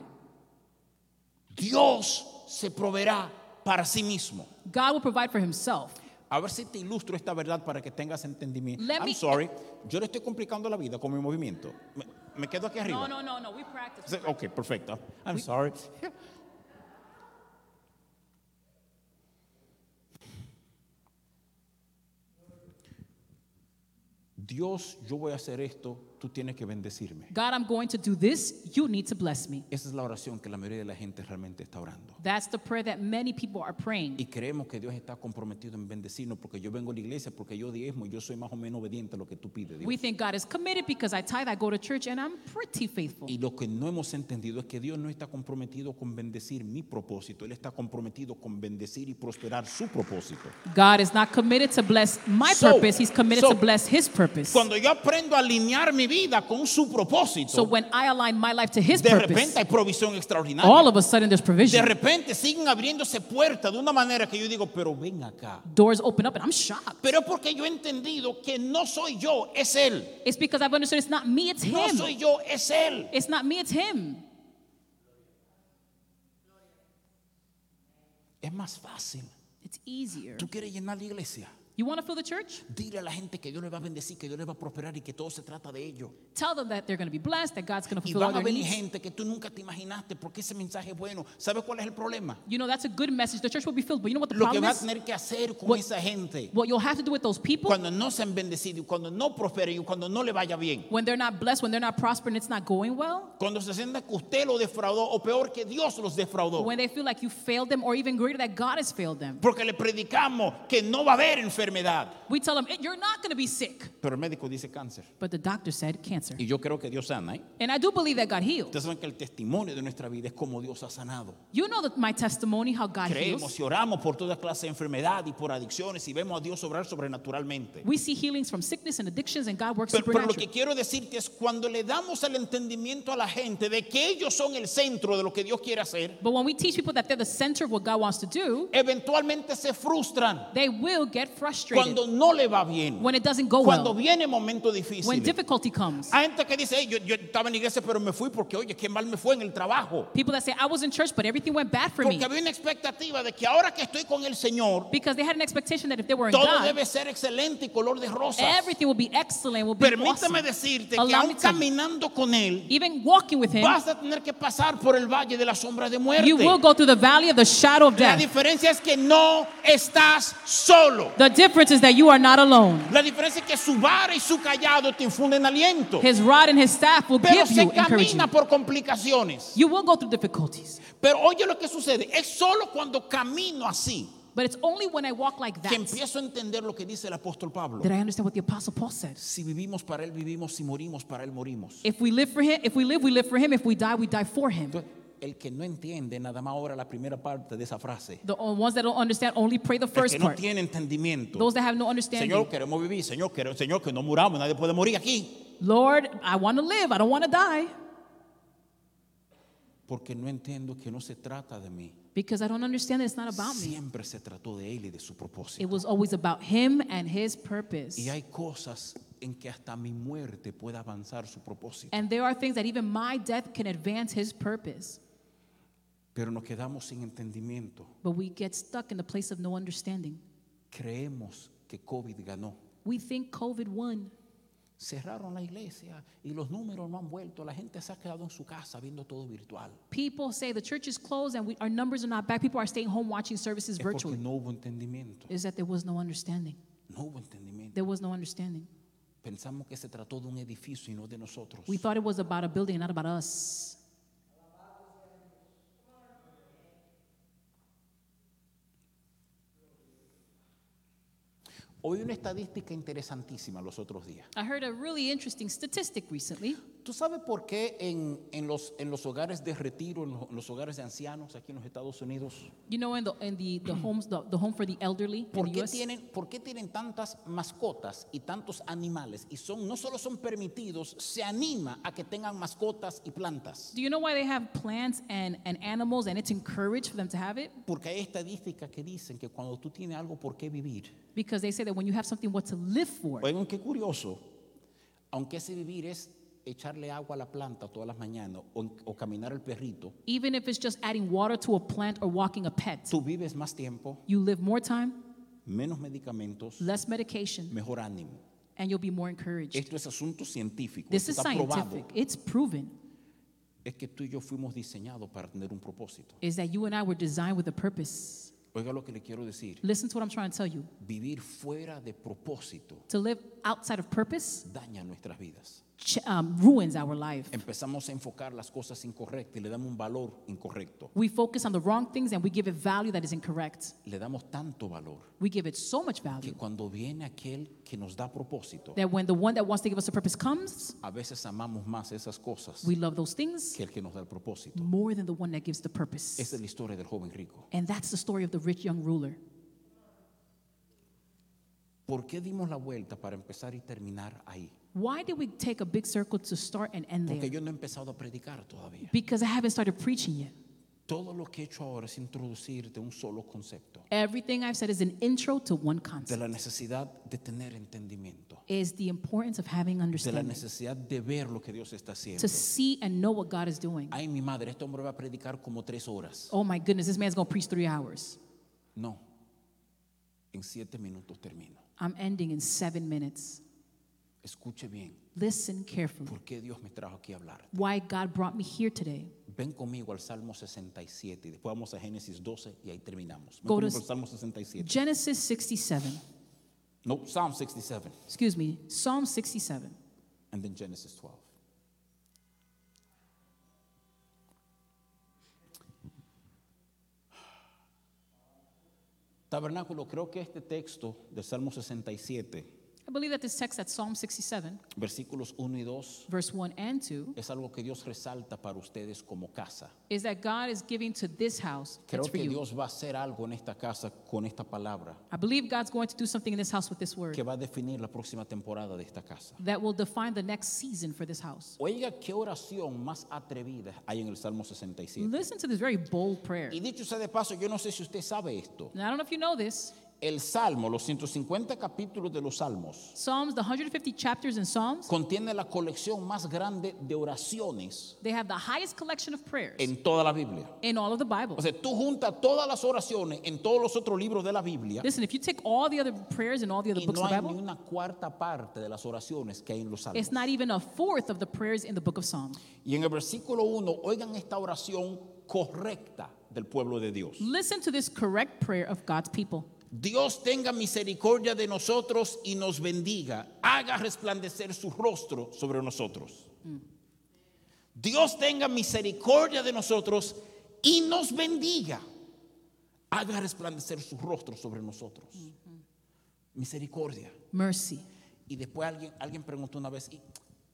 S3: Dios se proveerá para sí mismo.
S4: God will provide for himself.
S3: A ver si te ilustro esta verdad para que tengas entendimiento.
S4: Let
S3: I'm
S4: me-
S3: sorry, yo le estoy complicando la vida con mi movimiento. Me, me quedo aquí
S4: No,
S3: arriba.
S4: no, no, no. We practice.
S3: Se- Ok, perfecto. I'm sorry. Dios, yo voy a hacer esto tú tienes que bendecirme.
S4: God, I'm going to do this. You need to bless me.
S3: Esa es la oración que la mayoría de la gente realmente está orando.
S4: That's the prayer that many people are praying.
S3: Y creemos que Dios está comprometido en bendecirnos porque yo vengo a la iglesia, porque yo diezmo y yo soy más o menos obediente a lo que tú pides. Dios.
S4: We think God is committed because I tithe, I go to church, and I'm pretty faithful.
S3: Y lo que no hemos entendido es que Dios no está comprometido con bendecir mi propósito, Él está comprometido con bendecir y prosperar su propósito.
S4: God is not committed to bless my
S3: So-
S4: purpose, He's committed
S3: so-
S4: to bless His purpose.
S3: Cuando yo aprendo a alinear mi vida con su propósito,
S4: So when I align my life to His
S3: de
S4: purpose,
S3: repente hay provisión extraordinaria.
S4: all of a sudden there's
S3: de
S4: provision.
S3: repente siguen abriéndose puertas de una manera que yo digo, pero ven acá.
S4: Doors open up, and I'm shocked.
S3: Pero es porque yo he entendido que no soy yo, es Él.
S4: It's because I've understood it's not me, it's
S3: No
S4: Him.
S3: soy yo, es Él.
S4: It's not me, it's Him.
S3: Es más fácil.
S4: It's easier.
S3: Tú quieres llenar la iglesia.
S4: You want to fill the church?
S3: Dile a la gente que Dios les va a bendecir, que Dios les va a prosperar y que todo se trata de ello.
S4: Tell them that they're going to be blessed, that God's going to
S3: Y
S4: fulfill all
S3: van a
S4: their
S3: venir
S4: needs.
S3: gente que tú nunca te imaginaste porque ese mensaje es bueno. ¿Sabes cuál es el problema?
S4: You know, that's a good message. The church will be filled. But you know what the
S3: Lo que
S4: problem
S3: vas a
S4: is?
S3: tener que hacer con
S4: What-
S3: esa gente
S4: What you'll have to do with those people
S3: cuando no sean bendecidos, y cuando no prosperen y cuando no le vaya bien.
S4: when they're not blessed, when they're not prospering, it's not going well,
S3: Cuando se sienta que usted lo defraudó o peor que Dios los defraudó.
S4: when they feel like you failed them, or even greater, that God has failed them.
S3: Porque le predicamos que no va a haber enfermedad.
S4: We tell them, "Eh, You're not going to be sick.
S3: Pero el médico dice cáncer.
S4: But the doctor said cancer.
S3: Y yo creo que Dios sana. ¿eh?
S4: And I do believe that God healed.
S3: Ustedes saben que el testimonio de nuestra vida es como Dios ha sanado.
S4: You know that my testimony, how God
S3: Creemos
S4: heals.
S3: y oramos por toda clase de enfermedad y por adicciones y vemos a Dios obrar sobrenaturalmente.
S4: We see healings from sickness and addictions, and God works
S3: Pero, pero lo
S4: supernaturally.
S3: que quiero decirte es cuando le damos el entendimiento a la gente de que ellos son el centro de lo que Dios quiere hacer,
S4: But when we teach people that they're the center of what God wants to do,
S3: eventualmente se frustran
S4: they will get frustrated
S3: cuando no le va bien,
S4: when it doesn't go
S3: cuando
S4: well,
S3: viene momento
S4: when
S3: difícil. Ah.
S4: difficulty comes.
S3: Hay gente que dice, "Hey, yo, yo estaba en la iglesia pero me fui porque, oye, qué mal me fue en el trabajo.
S4: People that say, I was in church, but everything went bad for me.
S3: Porque había una expectativa de que ahora que estoy con el Señor,
S4: Because they had an expectation that if they were in
S3: todo
S4: God,
S3: debe ser excelente y color de rosas.
S4: everything will be excellent, will be awesome.
S3: Permítame decirte que
S4: Allow
S3: aún
S4: me to-
S3: caminando con Él,
S4: Even walking with Him,
S3: vas a tener que pasar por el valle de la sombra de muerte.
S4: you will go through the valley of the shadow of
S3: La
S4: death.
S3: diferencia es que no estás solo.
S4: The difference is that you are not alone.
S3: La diferencia es que su vara y su callado te infunden aliento.
S4: His rod and his staff will
S3: Pero
S4: give
S3: se
S4: you
S3: camina
S4: encouragement.
S3: por complicaciones.
S4: You will go through difficulties,
S3: Pero oye lo que sucede. Es solo cuando camino así
S4: but it's only when I walk like
S3: que
S4: that
S3: empiezo a entender lo que dice el apóstol Pablo.
S4: that I understand what the Apostle Paul said.
S3: Si vivimos para Él, vivimos. Si morimos para Él, morimos.
S4: If we live for Him, if we live, we live for Him. If we die, we die for Him.
S3: Entonces, el que no entiende nada más ahora la primera parte de esa frase.
S4: The ones that don't understand only pray the
S3: El que
S4: first
S3: no
S4: part.
S3: tiene entendimiento.
S4: Those that have no
S3: Señor,
S4: understanding.
S3: queremos vivir. Señor, queremos, Señor, que no muramos. Nadie puede morir aquí.
S4: Lord, I want to live. I don't want to die
S3: Porque no entiendo que no se trata de mí.
S4: because I don't understand that it's not about me.
S3: Siempre se trató de Él y de su
S4: It
S3: propósito.
S4: was always about him and his purpose.
S3: Y hay cosas en que hasta mi muerte pueda avanzar su propósito.
S4: And there are things that even my death can advance his purpose.
S3: Pero nos quedamos sin entendimiento.
S4: But we get stuck in the place of no understanding.
S3: Creemos que COVID ganó.
S4: We think COVID won.
S3: Cerraron la iglesia y los números no han vuelto. La gente se ha quedado en su casa viendo todo virtual.
S4: People say the church is closed and we, our numbers are not back. People are staying home watching services
S3: Es porque
S4: virtually.
S3: no hubo entendimiento.
S4: Is that there was no understanding.
S3: No hubo entendimiento.
S4: There was no understanding.
S3: Pensamos que se trató de un edificio y no de nosotros.
S4: We thought it was about a building, not about us.
S3: Hoy una estadística interesantísima los otros días.
S4: I heard a really interesting statistic recently.
S3: ¿Tú sabes por qué en, en los, en los hogares de retiro, en los, en los hogares de ancianos aquí en los Estados Unidos,
S4: You know, in the, in the, the homes, the, the home for the elderly in
S3: ¿por
S4: the
S3: qué,
S4: US,
S3: tienen, por qué tienen tantas mascotas y tantos animales? Y son, no solo son permitidos, se anima a que tengan mascotas y plantas.
S4: Do you know why they have plants and, and animals and it's encouraged for them to have it?
S3: Porque hay estadísticas que dicen que cuando tú tienes algo por qué vivir,
S4: Because they say that when you have something what to live for,
S3: oigan qué curioso, aunque ese vivir es echarle agua a la planta todas las mañanas o, o caminar el perrito,
S4: even if it's just adding water to a plant or walking a pet,
S3: tú vives más tiempo,
S4: you live more time,
S3: menos medicamentos,
S4: less medication,
S3: mejor ánimo.
S4: and you'll be more encouraged.
S3: Esto es asunto científico.
S4: This
S3: esto
S4: is
S3: está probado.
S4: scientific. It's proven.
S3: Es que tú y yo fuimos diseñados para tener un propósito.
S4: Is that you and I were designed with a purpose.
S3: Oiga lo que le quiero decir.
S4: Listen to what I'm trying to tell you.
S3: Vivir fuera de propósito
S4: To live outside of purpose
S3: daña nuestras vidas.
S4: ch- um, ruins our life.
S3: empezamos a enfocar las cosas incorrectas y le damos un valor incorrecto.
S4: We focus on the wrong things and we give it value that is incorrect.
S3: Le damos tanto valor
S4: We give it so much
S3: que
S4: value
S3: cuando viene aquel que nos da propósito,
S4: that when the one that wants to give us a purpose comes,
S3: a veces amamos más esas cosas
S4: we love those things
S3: que el que nos da el propósito.
S4: more than the one that gives the
S3: Esa
S4: purpose.
S3: es la historia del joven rico.
S4: And that's the story of the rich young ruler.
S3: ¿Por qué dimos la vuelta para empezar y terminar ahí?
S4: Why did we take a big circle to start and end
S3: Porque
S4: there?
S3: yo no he empezado a predicar todavía.
S4: Because I haven't started preaching yet.
S3: Todo lo que he hecho ahora es introducirte un solo concepto
S4: Everything I've said is an intro to one
S3: de
S4: concept.
S3: la necesidad de tener entendimiento,
S4: Is the importance of having
S3: de la
S4: understanding
S3: necesidad de ver lo que Dios está haciendo.
S4: to see and know what God is doing.
S3: Ay, mi madre, este hombre va a predicar como tres horas.
S4: Oh my goodness, this man's gonna preach three hours.
S3: No, en siete minutos termino.
S4: I'm ending in seven minutes.
S3: Escuche bien,
S4: Listen carefully.
S3: ¿por qué Dios me trajo aquí a hablar?
S4: Why God brought me here today.
S3: Ven conmigo al Salmo 67 y después vamos a Génesis 12 y ahí terminamos. Ven
S4: Go to-
S3: conmigo al Salmo 67.
S4: Genesis 67.
S3: No, Psalm 67
S4: Excuse me, Psalm 67.
S3: and then Genesis 12. Tabernáculo, creo que este texto del Salmo 67,
S4: I believe that this text at Psalm 67,
S3: versículos 1 y 2,
S4: verse 1 and 2,
S3: es algo que Dios resalta para ustedes como casa.
S4: is that God is giving to this house.
S3: Creo
S4: That's for
S3: que
S4: you.
S3: Dios va a hacer algo en esta casa con esta palabra
S4: I believe God's going to do something in this house with this
S3: que
S4: word
S3: va a definir la próxima temporada de esta casa.
S4: that will define the next season for this house.
S3: Oiga qué oración más atrevida hay en el Salmo 67.
S4: Listen to this very bold prayer.
S3: Y dicho sea de paso, yo no sé si usted sabe esto.
S4: Now, I don't know if you know this.
S3: El Salmo, los 150 capítulos de los Salmos,
S4: Psalms, the 150 chapters in Psalms,
S3: contiene la colección más grande de oraciones
S4: they have the highest collection of prayers
S3: en toda la Biblia.
S4: in all of the Bible.
S3: O sea, tú juntas todas las oraciones en todos los otros libros de la Biblia
S4: Listen, if you take all the other prayers and all the other
S3: y
S4: books
S3: no
S4: of the
S3: hay ni
S4: Bible,
S3: una cuarta parte de las oraciones que hay en los Salmos.
S4: it's not even a fourth of the prayers in the book of Psalms.
S3: Y en el versículo 1, oigan esta oración correcta del pueblo de Dios.
S4: Listen to this correct prayer of God's people.
S3: Dios tenga misericordia de nosotros y nos bendiga. Haga resplandecer su rostro sobre nosotros. Dios tenga misericordia de nosotros y nos bendiga. Haga resplandecer su rostro sobre nosotros. Misericordia.
S4: Mercy.
S3: Y después alguien, alguien preguntó una vez, ¿y,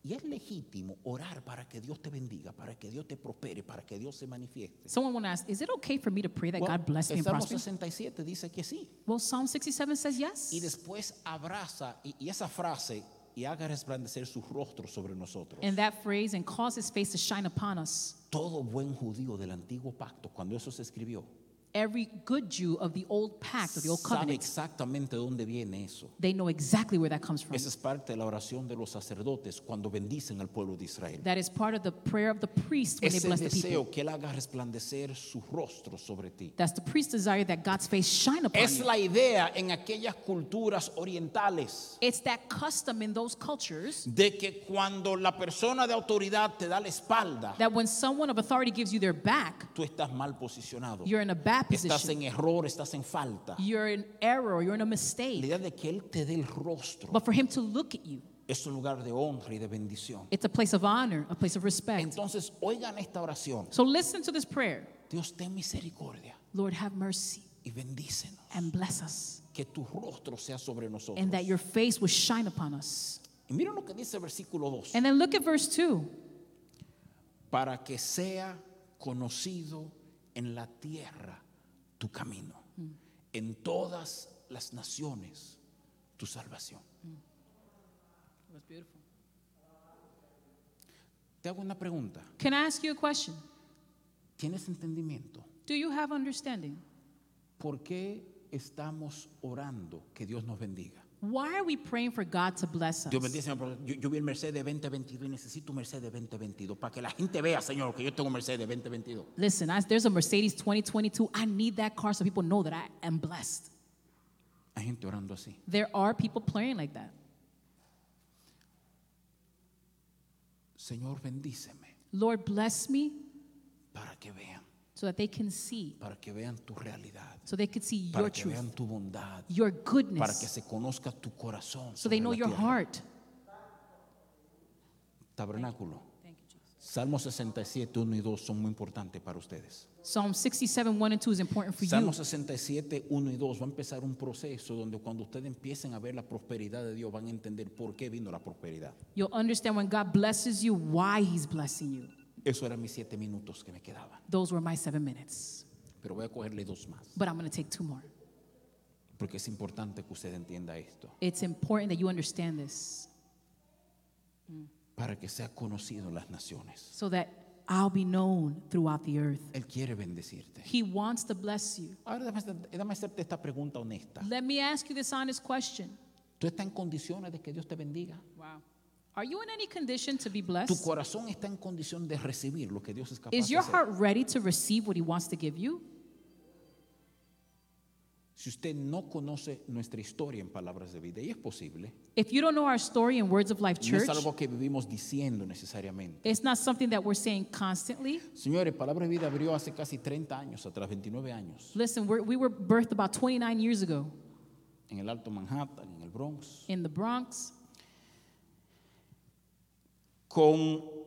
S3: y es legítimo orar para que Dios te bendiga, para que Dios te prospere, para que Dios se manifieste?
S4: Someone want to ask, is it okay for me to pray that
S3: Bueno,
S4: God bless me
S3: el
S4: and
S3: Salmo
S4: prosper? me?
S3: 67 dice que sí.
S4: Well, Psalm 67 says yes.
S3: Y después abraza y, y esa frase y haga resplandecer su rostro sobre nosotros.
S4: And that phrase, and cause his face to shine upon us.
S3: Todo buen judío del antiguo pacto, cuando eso se escribió,
S4: Every good Jew of the old pact, of the old
S3: sabe
S4: covenant,
S3: exactamente dónde viene eso.
S4: they know exactly where that comes from.
S3: Esa es parte de la oración de los sacerdotes cuando bendicen al pueblo de Israel.
S4: That is part of the prayer of the priest when they
S3: Ese
S4: bless the people.
S3: deseo que él haga resplandecer su rostro sobre ti.
S4: That's the priest's desire that God's face shine upon
S3: Es
S4: you.
S3: la idea en aquellas culturas orientales
S4: It's that custom in those cultures
S3: de que cuando la persona de autoridad te da la espalda,
S4: that when someone of authority gives you their back,
S3: tú estás mal posicionado.
S4: you're in a bad
S3: Estás en
S4: position.
S3: error, estás en falta.
S4: You're in error, you're in a
S3: La
S4: mistake.
S3: idea de que Él te dé el rostro
S4: But for him to look at you,
S3: es un lugar de honra y de bendición.
S4: it's a place of honor, a place of respect.
S3: Entonces, oigan esta oración.
S4: So listen to this prayer.
S3: Dios, ten misericordia
S4: Lord, have mercy
S3: y bendícenos.
S4: and bless us,
S3: Que tu rostro sea sobre nosotros.
S4: and that your face will shine upon us.
S3: Y mira lo que dice el versículo 2.
S4: And then look at verse 2
S3: Para que sea conocido en la tierra tu camino,
S4: Mm.
S3: en todas las naciones tu salvación.
S4: Mm.
S3: Te hago una pregunta.
S4: Can I ask you a question?
S3: ¿Tienes entendimiento?
S4: Do you have understanding?
S3: ¿Por qué estamos orando que Dios nos bendiga?
S4: Why are we praying for God to bless us?
S3: Dios bendice, Señor, pero yo, yo vi el Mercedes 2022 y necesito un Mercedes 2022 para que la gente vea, Señor, que yo tengo un Mercedes 2022.
S4: Listen, I, there's a Mercedes 2022. I need that car so people know that I am blessed.
S3: Hay gente orando así.
S4: There are people praying like that.
S3: Señor, bendíceme
S4: Lord, bless me
S3: para que vean,
S4: so that they can see,
S3: para que vean tu realidad,
S4: so they can see your
S3: para que
S4: truth,
S3: vean tu bondad,
S4: your
S3: para que
S4: goodness,
S3: se conozca tu corazón.
S4: so they
S3: sobre
S4: know
S3: la
S4: your
S3: tierra.
S4: heart.
S3: tabernáculo.
S4: Thank you, Jesus.
S3: Salmo 67, 1 y 2 son muy importantes para ustedes.
S4: Psalm 67, 1 and 2 is important for
S3: Salmo
S4: you.
S3: 67, 1 y 2 va a empezar un proceso donde cuando ustedes empiecen a ver la prosperidad de Dios van a entender por qué vino la prosperidad.
S4: You'll understand when God blesses you, why He's blessing you.
S3: Eso eran mis siete minutos que me quedaban,
S4: Those were my seven minutes,
S3: pero voy a cogerle dos más,
S4: but I'm going to take two more.
S3: porque es importante que usted entienda esto,
S4: It's important that you understand this
S3: para que sea conocido en las naciones.
S4: so that I'll be known throughout the earth.
S3: Él quiere bendecirte.
S4: He wants to bless you.
S3: Ahora déjame hacer- déjame hacerte esta pregunta honesta.
S4: Let me ask you this honest question.
S3: ¿Tú estás en condiciones de que Dios te bendiga?
S4: Wow. Are you in any condition to be
S3: ¿Tu
S4: blessed?
S3: corazón está en condición de recibir lo que Dios es capaz
S4: Is
S3: de
S4: your
S3: hacer?
S4: heart ready to receive what He wants to give you?
S3: Si usted no conoce nuestra historia en palabras de vida, y es posible,
S4: If you don't know our story in Words of Life
S3: no es
S4: Church,
S3: algo que vivimos diciendo necesariamente.
S4: it's not something that we're saying constantly.
S3: Señores, Palabras de Vida abrió hace casi 30 años, atrás 29 años,
S4: Listen, we're, we were birthed about 29 years ago
S3: en el Alto Manhattan, en el Bronx,
S4: in the Bronx
S3: con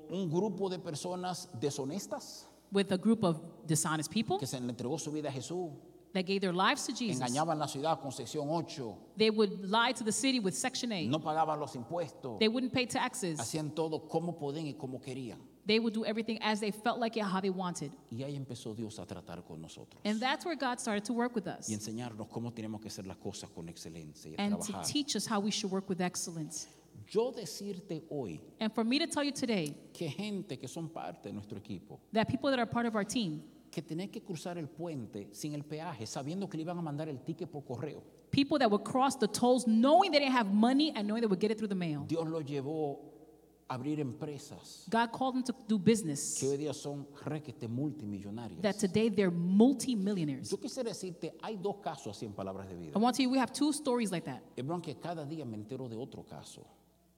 S3: un grupo de personas deshonestas
S4: with a group of dishonest people
S3: que se le entregó su vida a Jesús,
S4: that gave their lives to Jesus.
S3: engañaban la ciudad con sección 8,
S4: They would lie to the city with Section 8.
S3: no pagaban los impuestos,
S4: They wouldn't pay taxes.
S3: hacían todo como podían y como querían.
S4: They would do everything as they felt like it, how they wanted.
S3: Y ahí empezó Dios a tratar con nosotros
S4: And that's where God started to work with us
S3: y enseñarnos cómo tenemos que hacer las cosas con excelencia y a
S4: and to
S3: trabajar.
S4: teach us how we should work with excellence.
S3: Yo decirte hoy
S4: And for me to tell you today
S3: que gente que son parte de nuestro equipo,
S4: that people that are part of our team,
S3: que tenés que cruzar el puente sin el peaje, sabiendo que le iban a mandar el ticket por correo.
S4: people that would cross the tolls knowing they didn't have money and knowing they would get it through the mail.
S3: Dios lo llevó a abrir empresas
S4: God called them to do business
S3: que hoy día son requete
S4: that
S3: multimillonarias.
S4: today they're multimillionaires.
S3: Yo quisiera decirte, hay dos casos así en palabras de
S4: I
S3: vida.
S4: want to tell you, we have two stories like that.
S3: Es verdad que cada día me entero de otro caso,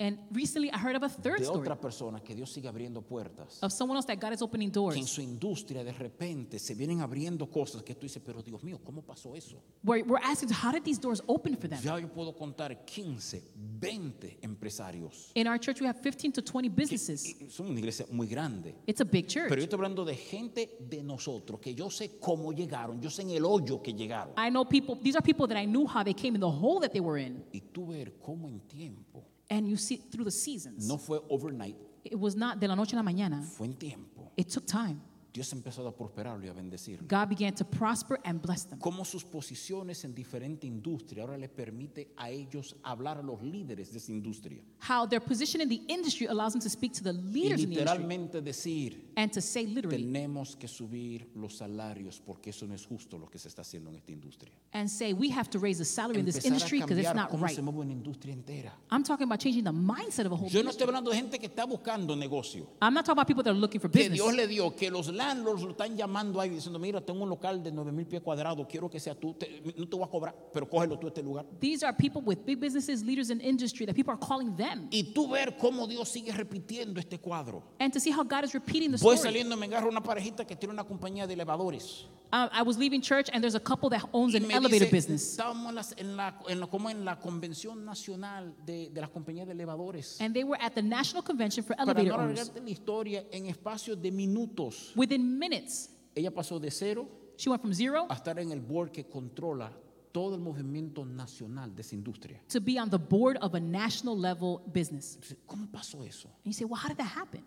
S4: And recently I heard of a third
S3: de
S4: story
S3: otra persona que Dios sigue abriendo puertas.
S4: of someone else that God is opening
S3: que en
S4: doors.
S3: su industria de repente se vienen abriendo cosas que tú dices, pero Dios mío, ¿cómo pasó eso?
S4: Where we're asking, how did these doors open for them?
S3: Ya yo puedo contar 15, 20 empresarios.
S4: In our church, we have 15 to 20 businesses.
S3: Y Somos una iglesia muy grande.
S4: It's a big
S3: Pero yo
S4: church.
S3: estoy hablando de gente de nosotros, que yo sé cómo llegaron, yo sé en el hoyo que llegaron.
S4: I know people, these are people that I knew how they came in the hole that they were in.
S3: Y tú ver cómo en tiempo,
S4: And you see through the seasons.
S3: no fue overnight,
S4: It was not de la noche a la mañana,
S3: fue en tiempo.
S4: it took time.
S3: Dios empezó a prosperarlo y a bendecirlo.
S4: God began to prosper and bless them.
S3: Cómo sus posiciones en diferente industria ahora les permite a ellos hablar a los líderes de esa industria.
S4: How their position in the industry allows them to speak to the
S3: Y
S4: leaders in the industry
S3: literalmente decir,
S4: and to say literally
S3: Tenemos que subir los salarios porque eso no es justo lo que se está haciendo en esta industria.
S4: and say, we have to raise the salary in this
S3: Empezar a
S4: industry because it's
S3: cambiar
S4: not
S3: cómo
S4: right.
S3: se mueve una industria entera.
S4: I'm talking about changing the mindset of a whole
S3: Yo no estoy
S4: industry.
S3: hablando de gente que está buscando negocio.
S4: I'm not talking about people that are looking for
S3: Que
S4: business.
S3: Dios le dio, que los landlords lo están llamando ahí diciendo, mira, tengo un local de 9 mil pies cuadrados, quiero que sea tú, te- no te voy a cobrar, pero cógelo tú este lugar.
S4: These are people with big businesses, leaders in industry that people are calling them.
S3: Y tú ver cómo Dios sigue repitiendo este cuadro.
S4: And to see how God is repeating the
S3: Voy
S4: story.
S3: saliendo, me agarro una parejita que tiene una compañía de elevadores.
S4: Uh, I was leaving church and there's a couple that owns
S3: Y
S4: an
S3: me
S4: elevator
S3: dice,
S4: business.
S3: Estábamos en las- en la, en la- como en la convención nacional de, de las compañías de elevadores.
S4: And they were at the National Convention for
S3: Para
S4: Elevator
S3: no
S4: Owners.
S3: alargarte la historia, en espacios de minutos,
S4: Within minutes,
S3: ella pasó de cero
S4: she went from zero
S3: a estar en el board que controla todo el movimiento nacional de esa industria.
S4: to be on the board of a national level business. And
S3: Entonces, ¿Cómo pasó eso?
S4: you say, well, how did that happen?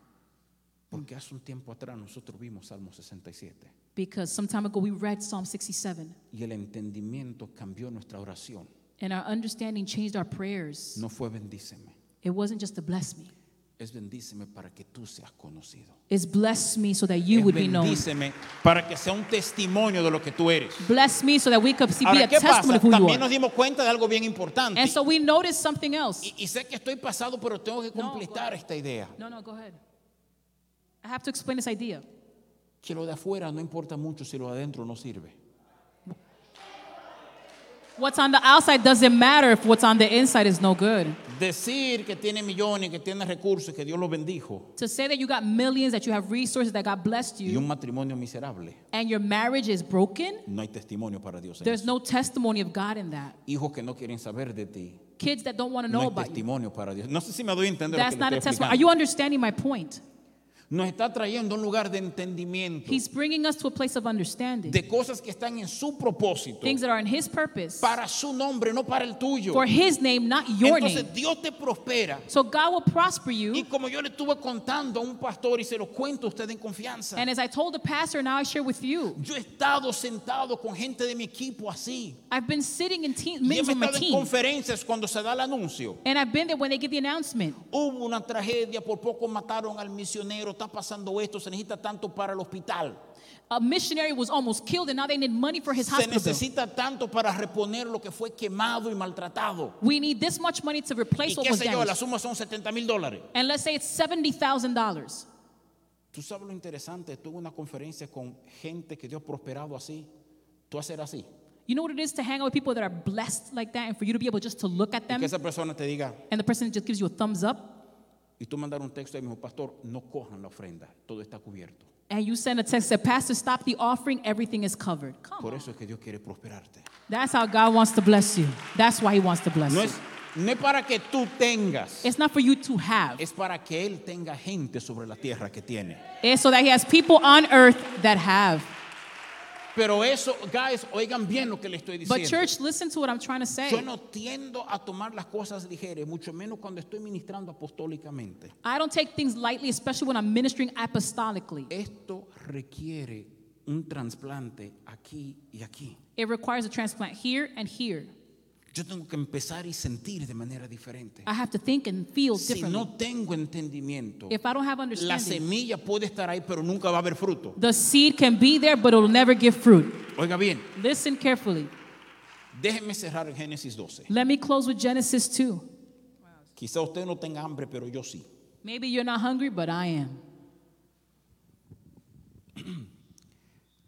S3: Porque hace un tiempo atrás nosotros vimos Salmo 67
S4: Because some time ago we read Psalm 67
S3: y el entendimiento cambió nuestra oración.
S4: and our understanding changed our prayers.
S3: No fue bendíceme,
S4: It wasn't just to bless me,
S3: es bendíceme para que tú seas conocido.
S4: it's bless me so that you
S3: Es
S4: would be known.
S3: bendíceme para que sea un testimonio de lo que tú eres.
S4: Bless me so that we could see, be
S3: Ahora,
S4: a
S3: ¿qué
S4: testimony
S3: pasa?
S4: of who you
S3: También nos
S4: are.
S3: dimos cuenta de algo bien importante.
S4: And so we noticed something else.
S3: Y, y sé que estoy pasado, pero tengo que
S4: No,
S3: completar
S4: go ahead.
S3: esta idea.
S4: No, no, go ahead. I have to explain this idea.
S3: Que lo de afuera no importa mucho si lo de adentro no sirve.
S4: What's on the outside doesn't matter if what's on the inside is no good.
S3: Decir que tiene millones, que tiene recursos, que Dios lo bendijo
S4: To say that you got millions, that you have resources, that God blessed
S3: y
S4: you,
S3: un matrimonio miserable,
S4: and your marriage is broken,
S3: no hay testimonio para Dios. en
S4: There's
S3: eso.
S4: no testimony of God in that.
S3: Hijos que no quieren saber de ti,
S4: kids that don't want to know
S3: No es
S4: about you.
S3: testimonio para Dios. No sé si me doy a entender lo
S4: That's
S3: que le
S4: not a
S3: estoy
S4: testimony. Are you
S3: explicando.
S4: understanding my point?
S3: Nos está trayendo a un lugar de entendimiento
S4: He's bringing us to a place of understanding.
S3: de cosas que están en su propósito
S4: Things that are in His purpose
S3: para su nombre, no para el tuyo.
S4: for His name, not your
S3: Entonces
S4: name.
S3: Dios te prospera.
S4: So God will prosper
S3: Y
S4: you.
S3: como yo le estuve contando a un pastor y se lo cuento a usted en confianza,
S4: And as I told the pastor, now I share with you.
S3: yo he estado sentado con gente de mi equipo así.
S4: I've been sitting in team,
S3: Y he
S4: meetings with my
S3: estado en
S4: team,
S3: conferencias cuando se da el anuncio.
S4: and I've been there when they give the announcement.
S3: Hubo una tragedia, por poco mataron al misionero, está pasando esto, se necesita tanto para el hospital,
S4: A missionary was almost killed, and now they need money for his
S3: se
S4: hospital bill.
S3: necesita tanto para reponer lo que fue quemado y maltratado.
S4: We need this much money to
S3: Y
S4: replace what
S3: qué
S4: was
S3: sé yo, la
S4: damaged.
S3: suma son 70 mil dólares.
S4: And let's say it's seventy thousand dollars.
S3: Tú sabes lo interesante, tuve una conferencia con gente que Dios ha prosperado así, tú hacer así,
S4: You know what it is to hang out with people that are blessed like that, and for you to be able just to look at
S3: y
S4: them,
S3: que esa persona te diga,
S4: and the person just gives you a thumbs up,
S3: y tú mandar un texto y me dijo, pastor, no cojan la ofrenda, todo está cubierto.
S4: and you send a text that pastor, stop the offering, everything is covered. Come
S3: Por
S4: on.
S3: eso es que Dios quiere prosperarte.
S4: That's how God wants to bless you. That's why He wants to bless
S3: No
S4: you.
S3: es, no es para que tú tengas,
S4: It's not for you to have.
S3: es para que Él tenga gente sobre la tierra que tiene.
S4: It's Eh, so that He has people on earth that have.
S3: Pero eso, guys, oigan bien lo que le estoy
S4: But
S3: diciendo.
S4: church, listen to what I'm trying to
S3: Yo
S4: say.
S3: no tiendo a tomar las cosas ligeras, mucho menos cuando estoy ministrando apostólicamente.
S4: I don't take things lightly, especially when I'm ministering apostolically.
S3: Esto requiere un trasplante aquí y aquí.
S4: It requires a transplant here and here.
S3: Yo tengo que empezar y sentir de manera diferente.
S4: I have to think and feel
S3: Si
S4: differently.
S3: no tengo entendimiento,
S4: If I don't have
S3: la
S4: understanding,
S3: semilla puede estar ahí, pero nunca va a haber fruto.
S4: the seed can be there, but it'll never give fruit.
S3: Oiga bien,
S4: Listen carefully.
S3: déjenme cerrar en Génesis 12.
S4: Let me close with Genesis 2.
S3: Quizá usted no tenga hambre, pero yo sí.
S4: Maybe you're not hungry, but I am.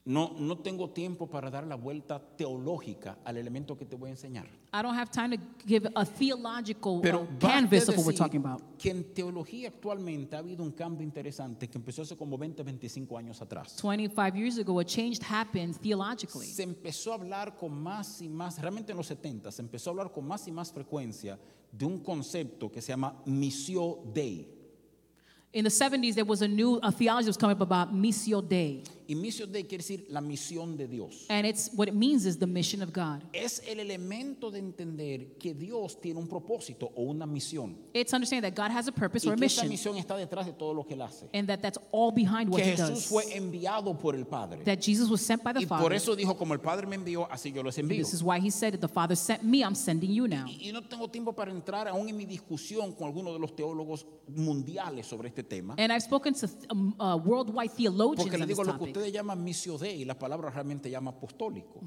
S3: No, no tengo tiempo para dar la vuelta teológica al elemento que te voy a enseñar.
S4: I don't have time to give a theological uh,
S3: Pero
S4: canvas
S3: basta
S4: of what we're
S3: decir
S4: talking about.
S3: Que en teología actualmente ha habido un cambio interesante que empezó hace como 20, 25 años atrás.
S4: 25 years ago, a change happened theologically.
S3: Se empezó a hablar con más y más, realmente en los 70, se empezó a hablar con más y más frecuencia de un concepto que se llama misión dei.
S4: In the 70s, there was a new a theology that was coming up about Missio Dei.
S3: Y misión dei quiere decir la misión de Dios.
S4: And it's what it means is the mission of God.
S3: Es el elemento de entender que Dios tiene un propósito o una misión.
S4: It's understanding that God has a purpose
S3: Y
S4: or a
S3: que esa
S4: mission,
S3: misión está detrás de todo lo que él hace.
S4: and that that's all behind what
S3: Que
S4: He
S3: Jesús
S4: does.
S3: fue enviado por el Padre.
S4: That Jesus was sent by the
S3: Y por
S4: Father.
S3: eso dijo, como el Padre me envió, así yo los envío.
S4: This is why He said, "The Father sent me; I'm sending you now."
S3: Y y no tengo tiempo para entrar aún en mi discusión con algunos de los teólogos mundiales sobre este tema.
S4: And I've spoken to um, uh, worldwide theologians
S3: Porque les
S4: on this
S3: digo, lo que
S4: topic. Mm-hmm.
S3: ustedes llaman misio dei, la palabra realmente llama apostólico.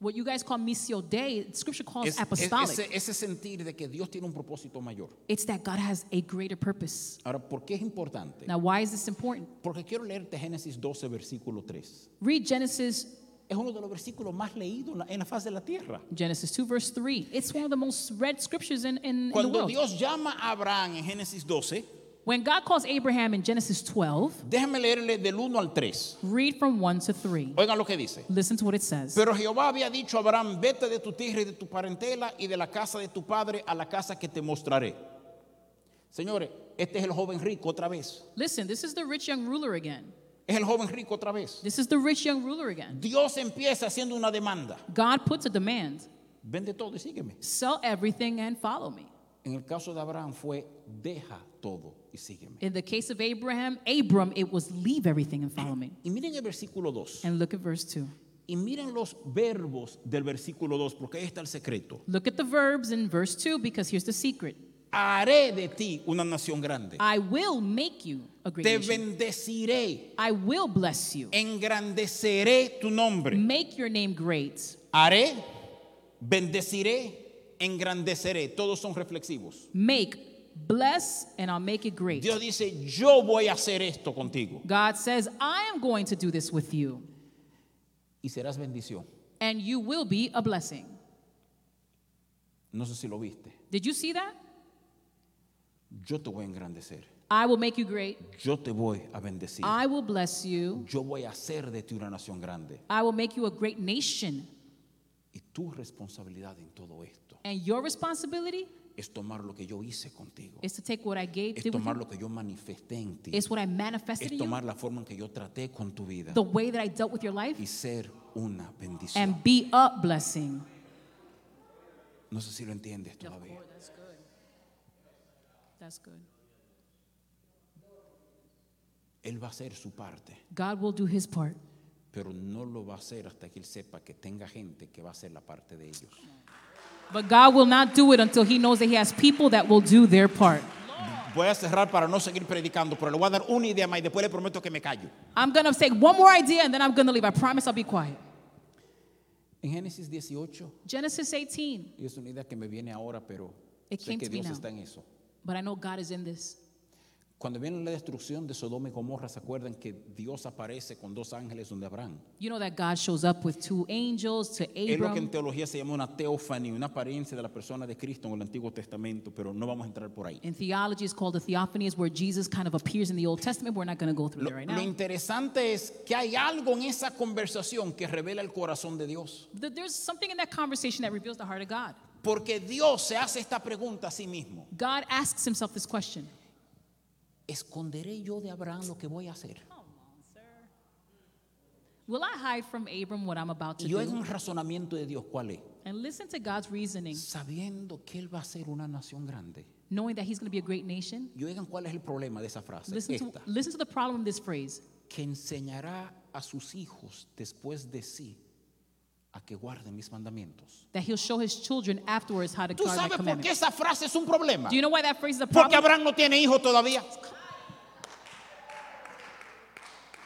S4: What you guys call Missio Dei, Scripture calls
S3: Es- es-
S4: apostolic.
S3: ese, ese sentir de que Dios tiene un propósito mayor.
S4: it's that God has a greater purpose.
S3: Ahora, ¿por qué es importante?
S4: Now, why is this important?
S3: Porque quiero leerte Génesis 12, versículo 3.
S4: Read Genesis,
S3: Es uno de los versículos más leídos en la, en la faz de la tierra.
S4: Genesis 2, verse 3. It's one of the most read scriptures in, in, in the
S3: Cuando
S4: world.
S3: Dios llama a Abraham en Génesis 12,
S4: When God calls Abraham in Genesis 12,
S3: déjame leerle del 1 al 3.
S4: read from 1 to 3.
S3: Oigan lo que dice.
S4: Listen to what it says.
S3: Pero Jehová había dicho a Abraham, vete de tu tierra y de tu parentela y de la casa de tu padre a la casa que te mostraré. Señores, este es el joven rico otra vez.
S4: Listen, this is the rich young ruler again.
S3: Es el joven rico otra vez.
S4: This is the rich young ruler again.
S3: Dios empieza haciendo una demanda.
S4: God puts a demand
S3: Vende todo y sígueme.
S4: sell everything and follow me.
S3: En el caso de Abraham fue, deja todo y sígueme.
S4: In the case of Abraham, Abram, it was leave everything and follow me.
S3: Y miren el versículo 2.
S4: And look at verse 2.
S3: Y miren los verbos del versículo 2, porque ahí está el secreto.
S4: Look at the verbs in verse 2 because here's the secret
S3: Haré de ti una nación grande.
S4: I will make you a great
S3: Te
S4: nation.
S3: bendeciré.
S4: I will bless you,
S3: Engrandeceré tu nombre.
S4: make your name great.
S3: Haré, bendeciré, engrandeceré. Todos son reflexivos.
S4: Make, bless, and I'll make it great.
S3: Dios dice, yo voy a hacer esto contigo.
S4: God says, I am going to do this with you,
S3: Y serás bendición.
S4: and you will be a blessing.
S3: No sé si lo viste.
S4: Did you see that?
S3: Yo te voy a engrandecer.
S4: I will make you great.
S3: Yo te voy a bendecir.
S4: I will bless you.
S3: Yo voy a hacer de ti una nación grande.
S4: I will make you a great nation.
S3: Y tu responsabilidad en todo esto
S4: And your responsibility
S3: es tomar lo que yo hice contigo.
S4: is to take what I gave,
S3: Es
S4: did with
S3: tomar
S4: you.
S3: lo que yo manifesté en ti.
S4: It's what I manifested
S3: Es
S4: in you,
S3: tomar la forma en que yo traté con tu vida
S4: the way that I dealt with your life,
S3: y ser una bendición.
S4: and be a blessing.
S3: No sé si lo entiendes todavía.
S4: that's good. That's good.
S3: Él va a hacer su parte,
S4: God will do his part,
S3: pero no lo va a hacer hasta que él sepa que tenga gente que va a hacer la parte de ellos.
S4: but God will not do it until he knows that he has people that will do their part.
S3: Voy a cerrar para no seguir predicando, pero le voy a dar una idea más y después le prometo que me callo.
S4: I'm gonna take one more idea and then I'm gonna leave. I promise I'll be quiet.
S3: En Génesis 18,
S4: Genesis 18,
S3: y es una idea que me viene ahora, pero
S4: It
S3: sé
S4: came
S3: que
S4: to me
S3: Dios
S4: now.
S3: está en eso.
S4: but I know God is in this.
S3: Cuando viene la destrucción de Sodoma y Gomorra, ¿se acuerdan que Dios aparece con dos ángeles donde Abraham?
S4: You know that God shows up with two angels to
S3: Es lo que en
S4: Abram.
S3: teología se llama una teofanía, una apariencia de la persona de Cristo en el Antiguo Testamento, pero no vamos a entrar por ahí.
S4: In theology, it's called the theophany, is where Jesus kind of appears in the Old Testament. We're not gonna go through
S3: Lo,
S4: that right
S3: lo
S4: now.
S3: interesante es que hay algo en esa conversación que revela el corazón de Dios.
S4: Th- There's something in that conversation that reveals the heart of God.
S3: Porque Dios se hace esta pregunta a sí mismo.
S4: God asks himself this question
S3: ¿Esconderé yo de Abraham lo que voy a hacer?
S4: Will I hide from Abram what I'm about to
S3: Y yo en
S4: do?
S3: un razonamiento de Dios, ¿cuál es?
S4: And listen to God's reasoning,
S3: Sabiendo que él va a ser una nación grande.
S4: knowing that he's gonna be a great nation.
S3: Y oigan cuál es el problema de esa frase.
S4: Listen to,
S3: Esta.
S4: listen to the problem of this phrase.
S3: Que enseñará a sus hijos después de sí a que guarden mis mandamientos.
S4: that he'll show his children afterwards how to
S3: ¿Tú
S4: guard my
S3: sabes por qué
S4: commandments.
S3: esa frase es un problema?
S4: Do you know why that phrase is a problem?
S3: Porque Abraham no tiene hijos todavía.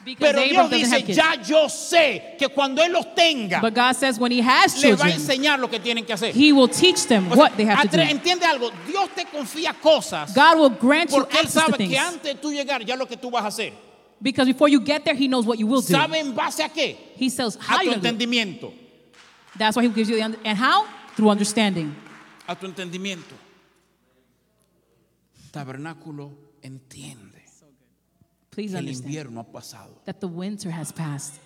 S4: because
S3: Pero Dios
S4: Abram doesn't have
S3: dice,
S4: kids.
S3: ya yo sé que cuando Él los tenga,
S4: But God says when he has
S3: les va a
S4: children,
S3: enseñar lo que tienen que hacer.
S4: he will teach them
S3: O sea,
S4: what they have to
S3: atre-
S4: do.
S3: Entiende algo, Dios te confía cosas
S4: God will grant you
S3: porque Él
S4: access to
S3: sabe que
S4: things.
S3: antes de tú llegar ya lo que tú vas a hacer.
S4: Because before you get there, he knows what you will do.
S3: ¿Sabe en base a qué?
S4: He says
S3: A
S4: how
S3: tu
S4: you gonna do.
S3: entendimiento.
S4: That's why he gives you the under- and how? Through understanding.
S3: A tu entendimiento. Tabernáculo entiende
S4: Please
S3: que el
S4: understand
S3: invierno ha pasado.
S4: that the winter has passed.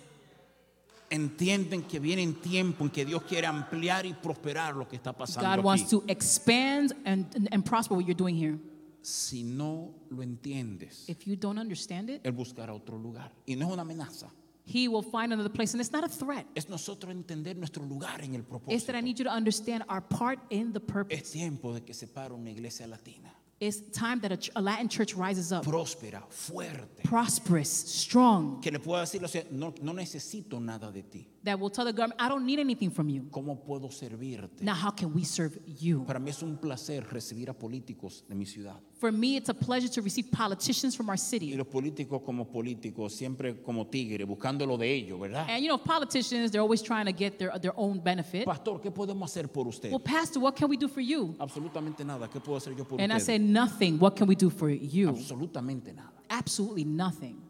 S3: Entienden que vienen tiempo en que Dios quiere ampliar y prosperar lo que está pasando.
S4: God
S3: aquí.
S4: wants to expand and, and, and prosper what you're doing here.
S3: Si no lo entiendes,
S4: If you don't understand it,
S3: Él buscará otro lugar. Y no es una amenaza.
S4: he will find another place. And it's not a threat.
S3: Es nosotros entender nuestro lugar en el
S4: It's that I
S3: propósito.
S4: need you to understand our part in the
S3: Es
S4: purpose.
S3: tiempo de que se pare una iglesia latina.
S4: It's time that a, ch- a Latin church rises up,
S3: Próspera, fuerte.
S4: prosperous, strong,
S3: Que le pueda decir, o sea, no, no necesito nada de ti.
S4: that will tell the government, I don't need anything from you.
S3: ¿Cómo puedo servirte?
S4: Now, how can we serve you?
S3: Para mí es un placer recibir a políticos de mi ciudad.
S4: For me, it's a pleasure to receive politicians from our
S3: Y
S4: city.
S3: los políticos como políticos, siempre como tigre, buscando lo de ellos, ¿verdad?
S4: And you know, politicians, they're always trying to get their, their own benefit.
S3: Pastor, ¿qué podemos hacer por usted?
S4: Well, Pastor, what can we do for you?
S3: Absolutamente nada. ¿Qué puedo hacer yo por
S4: And I
S3: usted?
S4: said, Nothing. What can we do for you?
S3: Absolutamente nada.
S4: Absolutely nothing.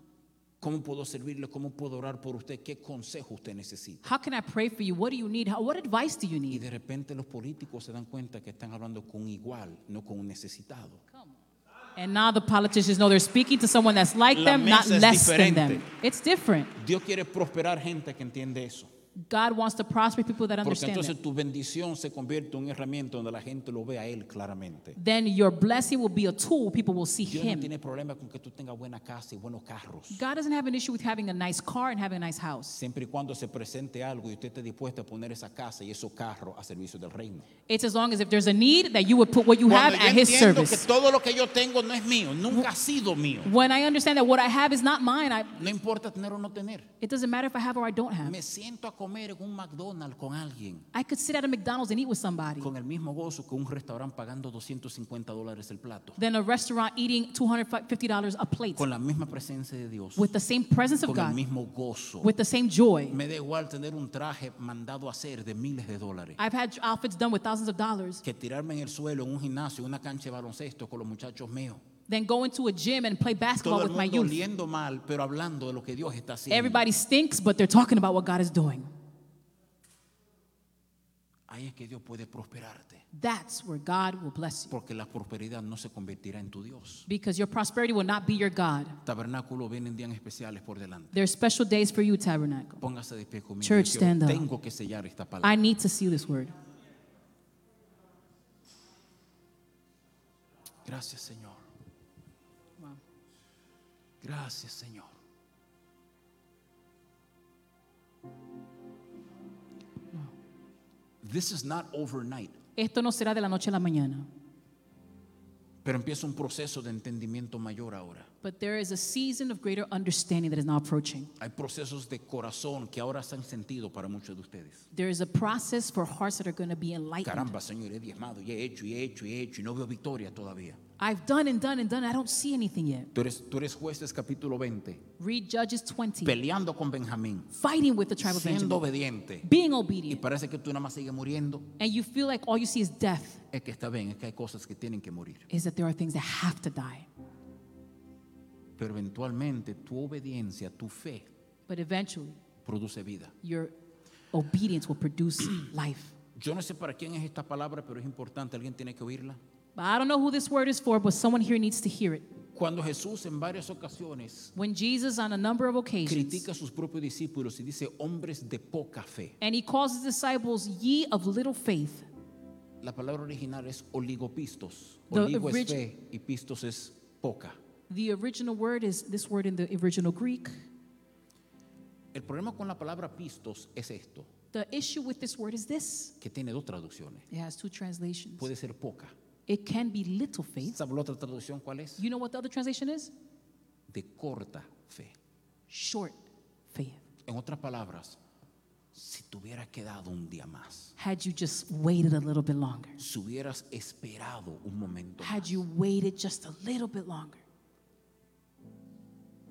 S3: ¿Cómo puedo servirle? ¿Cómo puedo orar por usted? ¿Qué consejo usted necesita?
S4: How can I pray for you? What do you need? How, what advice do you
S3: Y
S4: need?
S3: de repente los políticos se dan cuenta que están hablando con igual, no con un necesitado.
S4: And now the politicians know they're speaking to someone that's like
S3: La
S4: them, not
S3: mesa es
S4: less than
S3: diferente.
S4: them. It's different.
S3: Dios quiere prosperar gente que entiende eso.
S4: God wants to prosper people that
S3: Porque
S4: understand
S3: entonces
S4: that.
S3: tu bendición se convierte en una herramienta donde la gente lo ve a Él claramente.
S4: Then your blessing will be a tool people will see
S3: Dios no
S4: Him.
S3: tiene problema con que tú tengas buena casa y buenos carros.
S4: God doesn't have an issue with having a nice car and having a nice house.
S3: Siempre y cuando se presente algo y usted esté dispuesto a poner esa casa y esos carros a servicio del reino.
S4: It's as long as if there's a need that you would put what you have
S3: Cuando
S4: at
S3: yo
S4: His
S3: entiendo que
S4: service.
S3: todo lo que yo tengo no es mío, nunca ha sido mío.
S4: When I understand that what I have is not mine, I,
S3: No importa tener o no tener.
S4: it doesn't matter if I have or I don't have.
S3: Me siento a comer en un McDonald's con alguien,
S4: I could sit at a McDonald's and eat with somebody
S3: con el mismo gozo que un restaurante pagando 250 dólares el plato,
S4: than a restaurant eating $250 a plate
S3: con la misma presencia de Dios,
S4: with the same presence of
S3: con el
S4: God,
S3: mismo gozo.
S4: with the same joy.
S3: Me da igual tener un traje mandado a hacer de miles de dólares
S4: I've had outfits done with thousands of dollars
S3: que tirarme en el suelo en un gimnasio, en una cancha de baloncesto con los muchachos míos.
S4: than go into a gym and play basketball
S3: Todo el
S4: with my
S3: mundo
S4: youth.
S3: oliendo mal, pero hablando de lo que Dios está haciendo.
S4: Everybody stinks, but they're talking about what God is doing.
S3: Ahí es que Dios puede prosperarte,
S4: That's where God will bless you.
S3: porque la prosperidad no se convertirá en tu Dios.
S4: Because your prosperity will not be your God.
S3: Tabernáculo vienen días especiales por delante.
S4: There are special days for you, Tabernacle.
S3: Póngase de pie conmigo.
S4: Church,
S3: Yo
S4: stand up.
S3: tengo que sellar esta palabra.
S4: I need to see this word.
S3: Gracias, Señor.
S4: Wow.
S3: Gracias, Señor. This is not overnight,
S4: Esto no será de la noche a la mañana,
S3: pero empieza un proceso de entendimiento mayor ahora.
S4: but there is a season of greater understanding that is now approaching.
S3: Hay procesos de corazón que ahora se han sentido para muchos de ustedes.
S4: There is a process for hearts that are going to be enlightened.
S3: Caramba, Señor, he diezmado y he hecho y he hecho y he hecho y no veo victoria todavía.
S4: I've done and done and done. I don't see anything yet.
S3: Tú eres, tú eres jueces capítulo 20,
S4: Read Judges 20.
S3: peleando con Benjamín,
S4: fighting with the tribe of
S3: siendo
S4: Benjamin.
S3: obediente.
S4: Being
S3: Y
S4: obedient.
S3: parece que tú nada más sigues muriendo.
S4: And you feel like all you see is death,
S3: Es que está bien, es que hay cosas que tienen que morir.
S4: is that there are things that have to die.
S3: Pero eventualmente tu obediencia, tu fe,
S4: But eventually,
S3: produce vida.
S4: your obedience will produce life.
S3: Yo no sé para quién es esta palabra, pero es importante, alguien tiene que oírla.
S4: But I don't know who this word is for, but someone here needs to hear it.
S3: Cuando Jesús en varias ocasiones
S4: When Jesus, on a number of occasions,
S3: critica a sus propios discípulos y dice hombres de poca fe.
S4: and he calls his disciples, ye of little faith.
S3: La palabra original es oligopistos.
S4: The
S3: Oligo es
S4: orig-
S3: fe y pistos es poca.
S4: The original word is this word in the original Greek.
S3: El problema con la palabra pistos es esto,
S4: The issue with this word is this
S3: que tiene dos traducciones.
S4: it has two translations.
S3: Puede ser poca.
S4: It can be little faith.
S3: ¿Sabe la otra traducción cuál es?
S4: You know what the other translation is?
S3: De corta fe.
S4: Short faith.
S3: En otras palabras, si te hubieras quedado un día más,
S4: Had you just waited a little bit longer,
S3: si hubieras esperado un momento, más,
S4: had you waited just a little bit longer,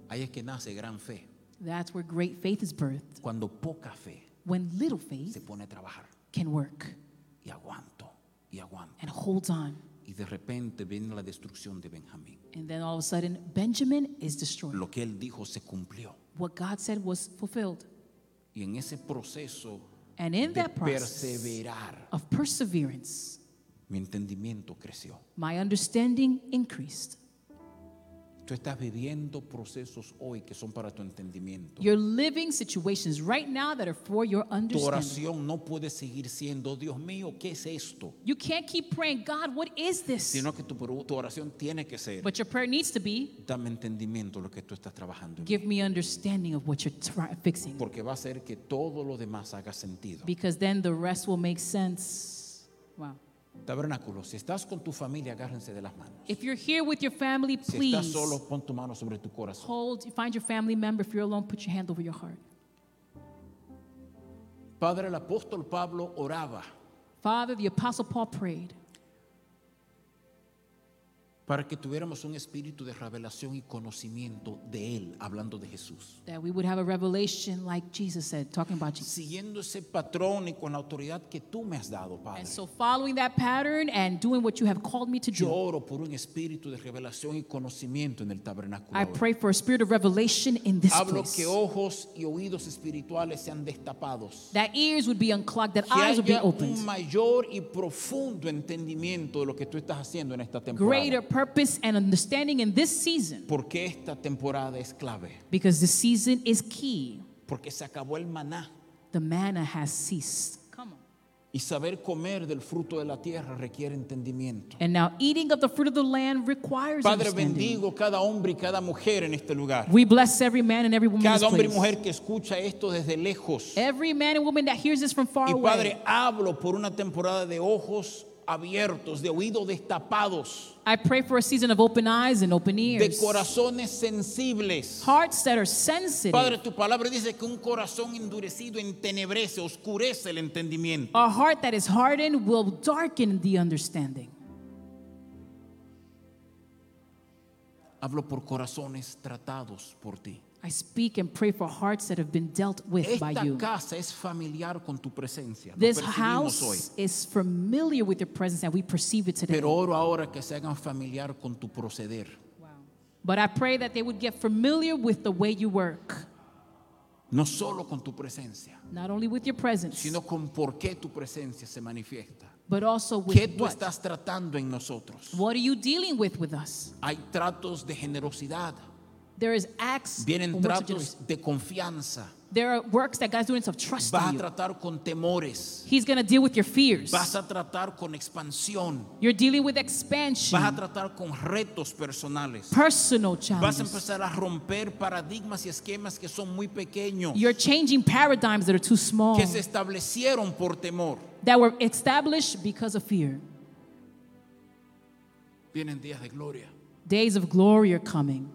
S3: ahí es que nace gran fe.
S4: that's where great faith is birthed.
S3: Cuando poca fe
S4: When little
S3: se
S4: faith
S3: pone a trabajar
S4: can work
S3: y aguanto y aguanto.
S4: and holds on.
S3: Y de repente viene la destrucción de Benjamín.
S4: And then all of a sudden, Benjamin is destroyed.
S3: Lo que él dijo se cumplió.
S4: What God said was fulfilled.
S3: Y en ese proceso
S4: And in
S3: de
S4: that process
S3: perseverar,
S4: of perseverance,
S3: mi entendimiento creció.
S4: my understanding increased.
S3: Tú estás viviendo procesos hoy que son para tu entendimiento.
S4: You're living situations right now that are for your
S3: Tu
S4: understanding.
S3: oración no puede seguir siendo, Dios mío, ¿qué es esto?
S4: You can't keep praying, God, what is this?
S3: Sino que tu, pro- tu oración tiene que ser,
S4: But your prayer needs to be,
S3: dame entendimiento lo que tú estás trabajando. en mí".
S4: give me understanding of what you're try- fixing.
S3: Porque va a ser que todo lo demás haga sentido.
S4: Because then the rest will make sense. Wow.
S3: Tabernáculo, si estás con tu familia, agárrense de las manos.
S4: If you're here with your family,
S3: Si estás
S4: please
S3: solo, pon tu mano sobre tu corazón.
S4: hold, find your family member. If you're alone, put your hand over your heart.
S3: Padre, el apóstol Pablo oraba
S4: Father, the Apostle Paul prayed
S3: para que tuviéramos un espíritu de revelación y conocimiento de Él, hablando de Jesús.
S4: that we would have a revelation like Jesus said, talking about Jesus.
S3: Siguiendo ese patrón y con la autoridad que tú me has dado, Padre.
S4: And so, following that pattern and doing what you have called me to
S3: Yo
S4: do,
S3: oro por un espíritu de revelación y conocimiento en el tabernáculo.
S4: I
S3: ahora.
S4: pray for a spirit of revelation in this
S3: Hablo
S4: place.
S3: que ojos y oídos espirituales sean destapados.
S4: That ears would be unclogged, that
S3: Que
S4: eyes would be
S3: haya
S4: opened.
S3: un mayor y profundo entendimiento de lo que tú estás haciendo en esta
S4: Greater
S3: temporada.
S4: purpose and understanding in this season
S3: Porque esta temporada es clave.
S4: because this season is key.
S3: Porque se acabó el maná.
S4: The manna has ceased. Come on.
S3: Y saber comer del fruto de la tierra requiere entendimiento.
S4: And now eating of the fruit of the land requires
S3: Padre,
S4: understanding.
S3: bendigo cada hombre y cada mujer en este lugar.
S4: We bless every man and every woman in this
S3: Cada hombre y
S4: place.
S3: mujer que escucha esto desde lejos.
S4: Every man and woman that hears this from far
S3: Y
S4: away.
S3: Padre, hablo por una temporada de ojos abiertos, de oídos destapados,
S4: I pray for a season of open eyes and open
S3: de
S4: ears.
S3: corazones sensibles.
S4: Hearts that are sensitive.
S3: Padre, tu palabra dice que un corazón endurecido entenebrece, oscurece el entendimiento.
S4: a heart that is hardened will darken the understanding.
S3: Hablo por corazones tratados por ti.
S4: I speak and pray for hearts that have been dealt with by
S3: Esta
S4: you.
S3: casa es familiar con tu presencia. Lo
S4: This
S3: percibimos hoy.
S4: house is familiar with your presence and we perceive it today.
S3: Pero oro ahora que se hagan familiar con tu proceder.
S4: But I pray that they would get familiar with the way you work,
S3: No solo con tu presencia,
S4: not only with your presence,
S3: sino con por qué tu presencia se manifiesta.
S4: but also
S3: ¿Qué
S4: with
S3: tú
S4: what?
S3: estás tratando en nosotros?
S4: What are you dealing with with us?
S3: Hay tratos de generosidad,
S4: There is acts
S3: vienen
S4: of works of
S3: tratos de confianza,
S4: generosity. There are works that God's doing of trusting
S3: Vas a
S4: you.
S3: tratar con temores.
S4: He's going to deal with your fears.
S3: Vas a tratar con expansión.
S4: You're dealing with expansion,
S3: Vas a tratar con retos personales.
S4: personal
S3: Vas a
S4: challenges.
S3: empezar a romper paradigmas y esquemas que son muy pequeños,
S4: You're changing paradigms that are too small,
S3: que se establecieron por temor.
S4: that were established because of fear.
S3: Vienen días de gloria.
S4: Days of glory are coming.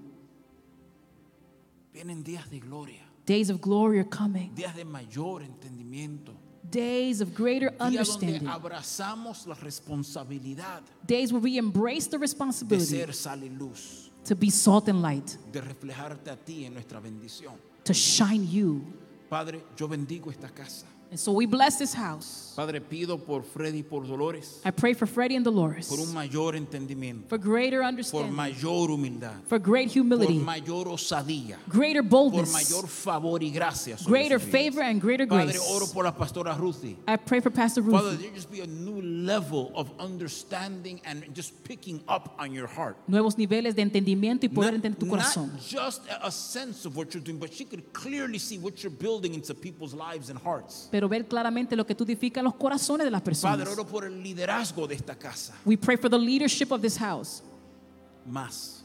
S3: Vienen días de gloria.
S4: Days of glory are coming.
S3: Días de mayor entendimiento.
S4: Days of greater
S3: Días donde
S4: understanding.
S3: abrazamos la responsabilidad
S4: Days where we embrace the
S3: de
S4: responsibility
S3: ser sal y luz,
S4: to be salt and light,
S3: de reflejarte a ti en nuestra bendición.
S4: to shine you.
S3: Padre, yo bendigo esta casa.
S4: And so we bless this house.
S3: Padre, pido por Freddy y por Dolores,
S4: I pray for Freddie and Dolores
S3: por un mayor entendimiento,
S4: for greater
S3: por
S4: understanding,
S3: mayor humildad,
S4: for great
S3: por
S4: humility,
S3: mayor osadía.
S4: greater
S3: por
S4: boldness,
S3: mayor favor y gracia. sobre
S4: greater
S3: sus vidas.
S4: favor, and greater
S3: Padre,
S4: grace.
S3: oro por la pastora Ruthie.
S4: I pray for Pastor
S3: Father,
S4: Ruth.
S3: there just be a new level of understanding and just picking up on your heart.
S4: Nuevos niveles de entendimiento y poder entender tu corazón.
S3: not just a a sense of what you're doing, but she could clearly see what you're building into people's lives and hearts.
S4: Pero ver claramente lo que tú edificas los corazones de las personas.
S3: Padre, oro por el liderazgo de esta casa.
S4: We pray for the leadership of this house.
S3: Más.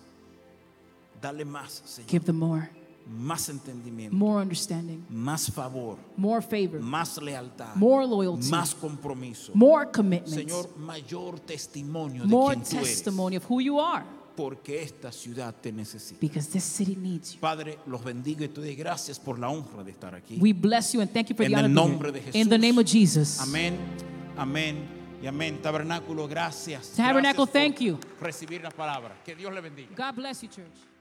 S3: Dale más, Señor.
S4: Give them more,
S3: Más entendimiento.
S4: more understanding,
S3: Más favor.
S4: more favor,
S3: Más lealtad.
S4: more loyalty,
S3: Más compromiso.
S4: more commitment,
S3: Señor, mayor testimonio
S4: more
S3: de quien
S4: testimony of who you are
S3: tú eres, porque esta ciudad te necesita.
S4: because this city needs you.
S3: Padre, los bendigo y te doy gracias por la honra de estar aquí.
S4: We bless you and thank you for
S3: En
S4: the
S3: el
S4: honor.
S3: nombre
S4: given.
S3: de
S4: In the
S3: Jesús.
S4: name of Jesus.
S3: Amén, amén y amén. Tabernáculo, gracias.
S4: Tabernacle,
S3: Gracias por
S4: thank you.
S3: Recibir la palabra. Que Dios le bendiga.
S4: God bless you, church.